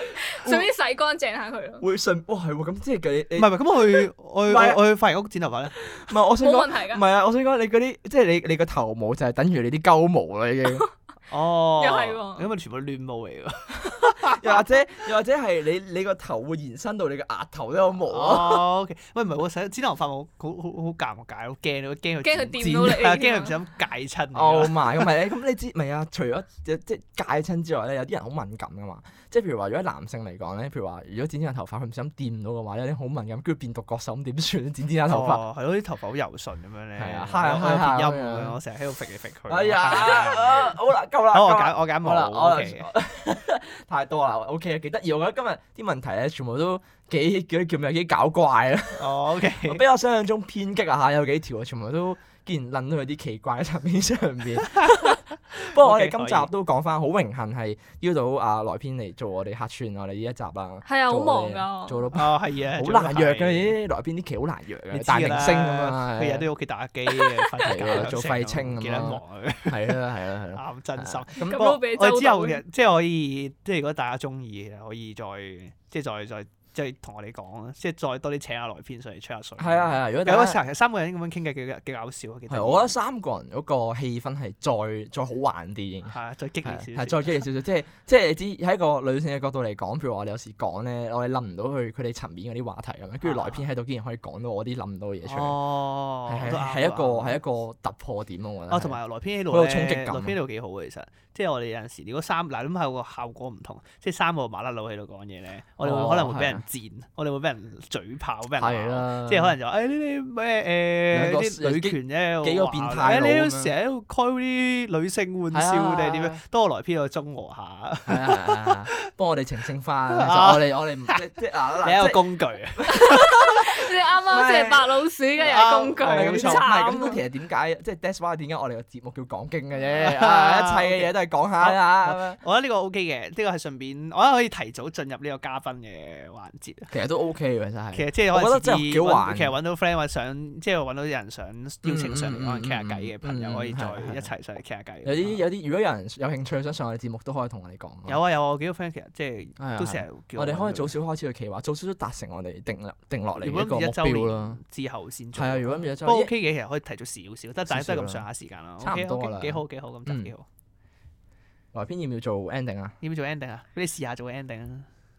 順便洗乾淨下佢咯，
會信哇係喎，咁即係佢你
唔係唔係，咁我去我去
啊唔係啊
我去髮型屋剪頭髮咧，
唔係我想
冇
講
問。題
唔
㗎。
係啊，我想講你嗰啲，即係你你個頭毛就係等於你啲鳩毛啦，已 經。
哦，
又係喎
咁咪全部亂毛嚟㗎。
又或者又或者係你你個頭會延伸到你個額頭都有毛啊。
哦，OK，喂，唔係喎，洗剪頭髮我好好好尷尬，好驚咯，驚
驚
佢
佢
剪
掂到你
剪啊驚佢唔小心戒親你啊。
哦，埋咁咪咧，咁你知咪啊？除咗即即戒親之外咧，有啲人好敏感噶嘛。即係譬如話，如果男性嚟講咧，譬如話，如果剪剪下頭髮，佢唔小心掂到嘅話，有啲好敏感，跟住變獨角獸咁點算？剪剪下頭髮，
哦，係咯，啲頭髮好柔順咁樣咧，
係啊
我
揩
我有
下揩下
變音
咁
咁
樣
樣，我成日喺度揈嚟揈去。
哎呀，
揩下
啊好啦，夠啦，
好，我
夠啦
揀我揀
好啦，
冇
我
OK。
太多啦，OK，幾得意。我覺得今日啲問題咧，全部都幾叫叫咩？幾搞怪啊！
哦，OK，
比我想象中偏激啊嚇，有幾條啊，全部都竟然撚到去啲奇怪嘅層面上 邊。不過我哋
OK，
今
可以
集都講翻，好榮幸係邀到阿萊編嚟做我哋客串我哋呢一集啦。
係啊，好
做我哋
忙㗎我。
做到
哦係啊，
好難約
做得係
嘅，咦？萊編啲期好難約
你
嘅，
知
大
㗎
明
啦
星咁啊，
佢日都
係
喺屋企打機，瞓下
係啊
覺，
做廢青咁
幾撚
咯
忙啊！
係啦係啦係啊 啦。
啱真心。
咁
咁
不
不
過
都
過
俾周
我
到
之後嘅，即係可以，即係如果大家中意嘅，可以再即係再再即係同我哋講，即係再多啲請下萊編上嚟吹下水。
係啊係啊，如果
有
大
個
家
成日三個人咁樣傾偈幾幾搞笑啊！幾得意
係，我覺得三個人嗰個氣氛係再再好玩啲已經。
係啊再激烈
係
少
係
少。
再激烈少少，即係即係你知喺一個女性嘅角度嚟講，譬如我哋有時講咧，我哋諗唔到去佢哋層面嗰啲話題咁樣，跟住萊編喺度竟然可以講到我啲諗唔到嘅嘢出嚟，
哦，
係
都
係
啱
係一個
都啱
係一個突破點咯，啊我覺得係。
哦，同埋萊編呢
好
度
有
咧，
衝擊感啊
萊編呢度幾好嘅其實，即係我哋有陣時如果三嗱諗下個效果唔同，即係三個麻甩佬喺度講嘢咧，我哋
哦
會可能會俾
係啊
人賤，我哋會俾人嘴炮，俾人
係
鬧。
啦，
即係可能就話誒呢啲咩
兩個
誒啲女權咧，
幾個
我話
變態
誒你
佬
都
咁樣
成日喺度開啲女性玩笑定係
係啊係
點
啊係
樣？多來篇我中和下，
係啊係啊係 啊，幫我哋澄清翻，其實
啊
我哋我哋唔即即嗱
你一
嗱
個
即
工具啊！
你啱啱即係白老鼠嘅又係工具，
係咁
好
就 唔係
慘
咁，
啊
其實點解即係 that's why 點解我哋個節目叫講經嘅 啫，啊一切嘅嘢都係講下啦咁樣，
我覺得呢個 O K 嘅，呢個係順便，我覺得可以提早進入呢個嘉賓嘅環節。
其實都 OK 嘅真係。
其實即係
我覺得
可能
真係
遲
幾好
啲
玩
揾其實揾到 friend 或者想，即係揾到人想邀請
嗯
上嚟可能傾下偈嘅朋
嗯嗯嗯
友，可以再
嗯嗯
一齊上嚟傾下偈。
有啲有啲，如果有人有興趣想上我哋節目，都可以同我哋講。
有啊有啊，我幾個 friend 其實即
係啊
係都成日叫
我哋可以
揾佢
早少開始去企劃，早少都達成我哋定立定落嚟
如果
一個
唔
目
一周
標啦
年。之後先做
係啊，如果唔一
不
周
過
年，
OK 嘅，其實可以提早少少，但係大家都係咁上下時間啦。
差唔多啦
OK，OK，幾好幾好咁
嗯
就幾好。
萊編要唔要做 ending 啊？
要唔要做 ending 啊？俾你試下做 ending 啊！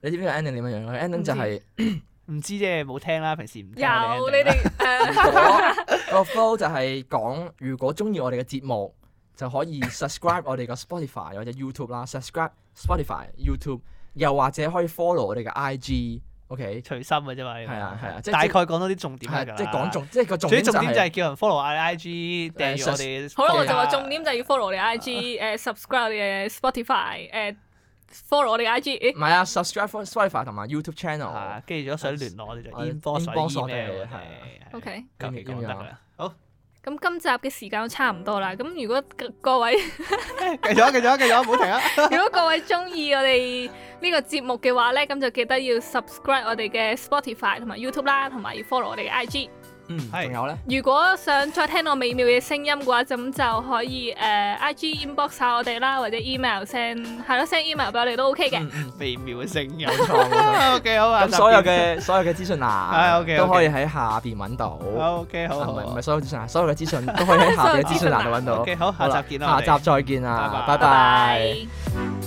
你知唔知個 ending 點樣樣啊？ending 就係
唔知啫，冇聽啦，平時唔聽
有
我
你
哋 ending 啊啦。
哋誒
個 flow 就係講，如果中意我哋嘅節目，就可 以 subscribe 我哋個 Spotify 或者 YouTube 啦，subscribe Spotify、YouTube，又或者可以 follow 我哋嘅 IG。OK，
隨心嘅啫嘛，呢個
係啊係啊即係
大概講到啲重點
係
係
啊即係講重，即係個重
最
點就
重點就係
係
叫人 follow 我哋 IG，訂閱我哋。啊
好啦，我就話重點就要 follow 我哋 IG，誒 subscribe 我哋嘅 Spotify，誒 follow 我哋嘅 IG，
唔係啊？subscribe Spotify 同埋 YouTube channel
啊。，跟住如果想聯絡我哋就
我哋
inbox 或者
inbox 我哋
email 我哋
係啊
係啊
OK
求其講得
咁樣
啦。好，
咁今集嘅時間都差唔多啦。咁如果各各位
繼續啊，繼續啊，繼續啊，唔好停啊！
如果各位中意我哋呢個節目嘅話呢，咁就記得要 subscribe 我哋嘅 Spotify 同埋 YouTube 啦，同埋要 follow 我哋嘅 IG。
嗯，
係
仲有咧，
如果想再聽我美妙嘅聲音嘅話，咁就可以誒、呃 IG inbox 下我哋啦，或者 email send 係咯 send email 俾我哋都 OK 嘅。
嗯微妙嘅聲音。
冇錯冇錯
OK，好啊。
咁所有
集結
嘅所有嘅資訊
啊
欄
，OK，OK
都可以喺下邊揾到。
好 OK，好
啊
好
唔係唔
好
係。所有資訊欄，所有嘅資訊 都可以喺下邊嘅資訊欄度揾到。
OK，好，
好啦啊
下集見啦。我哋
下集再見啦，
拜拜
拜拜。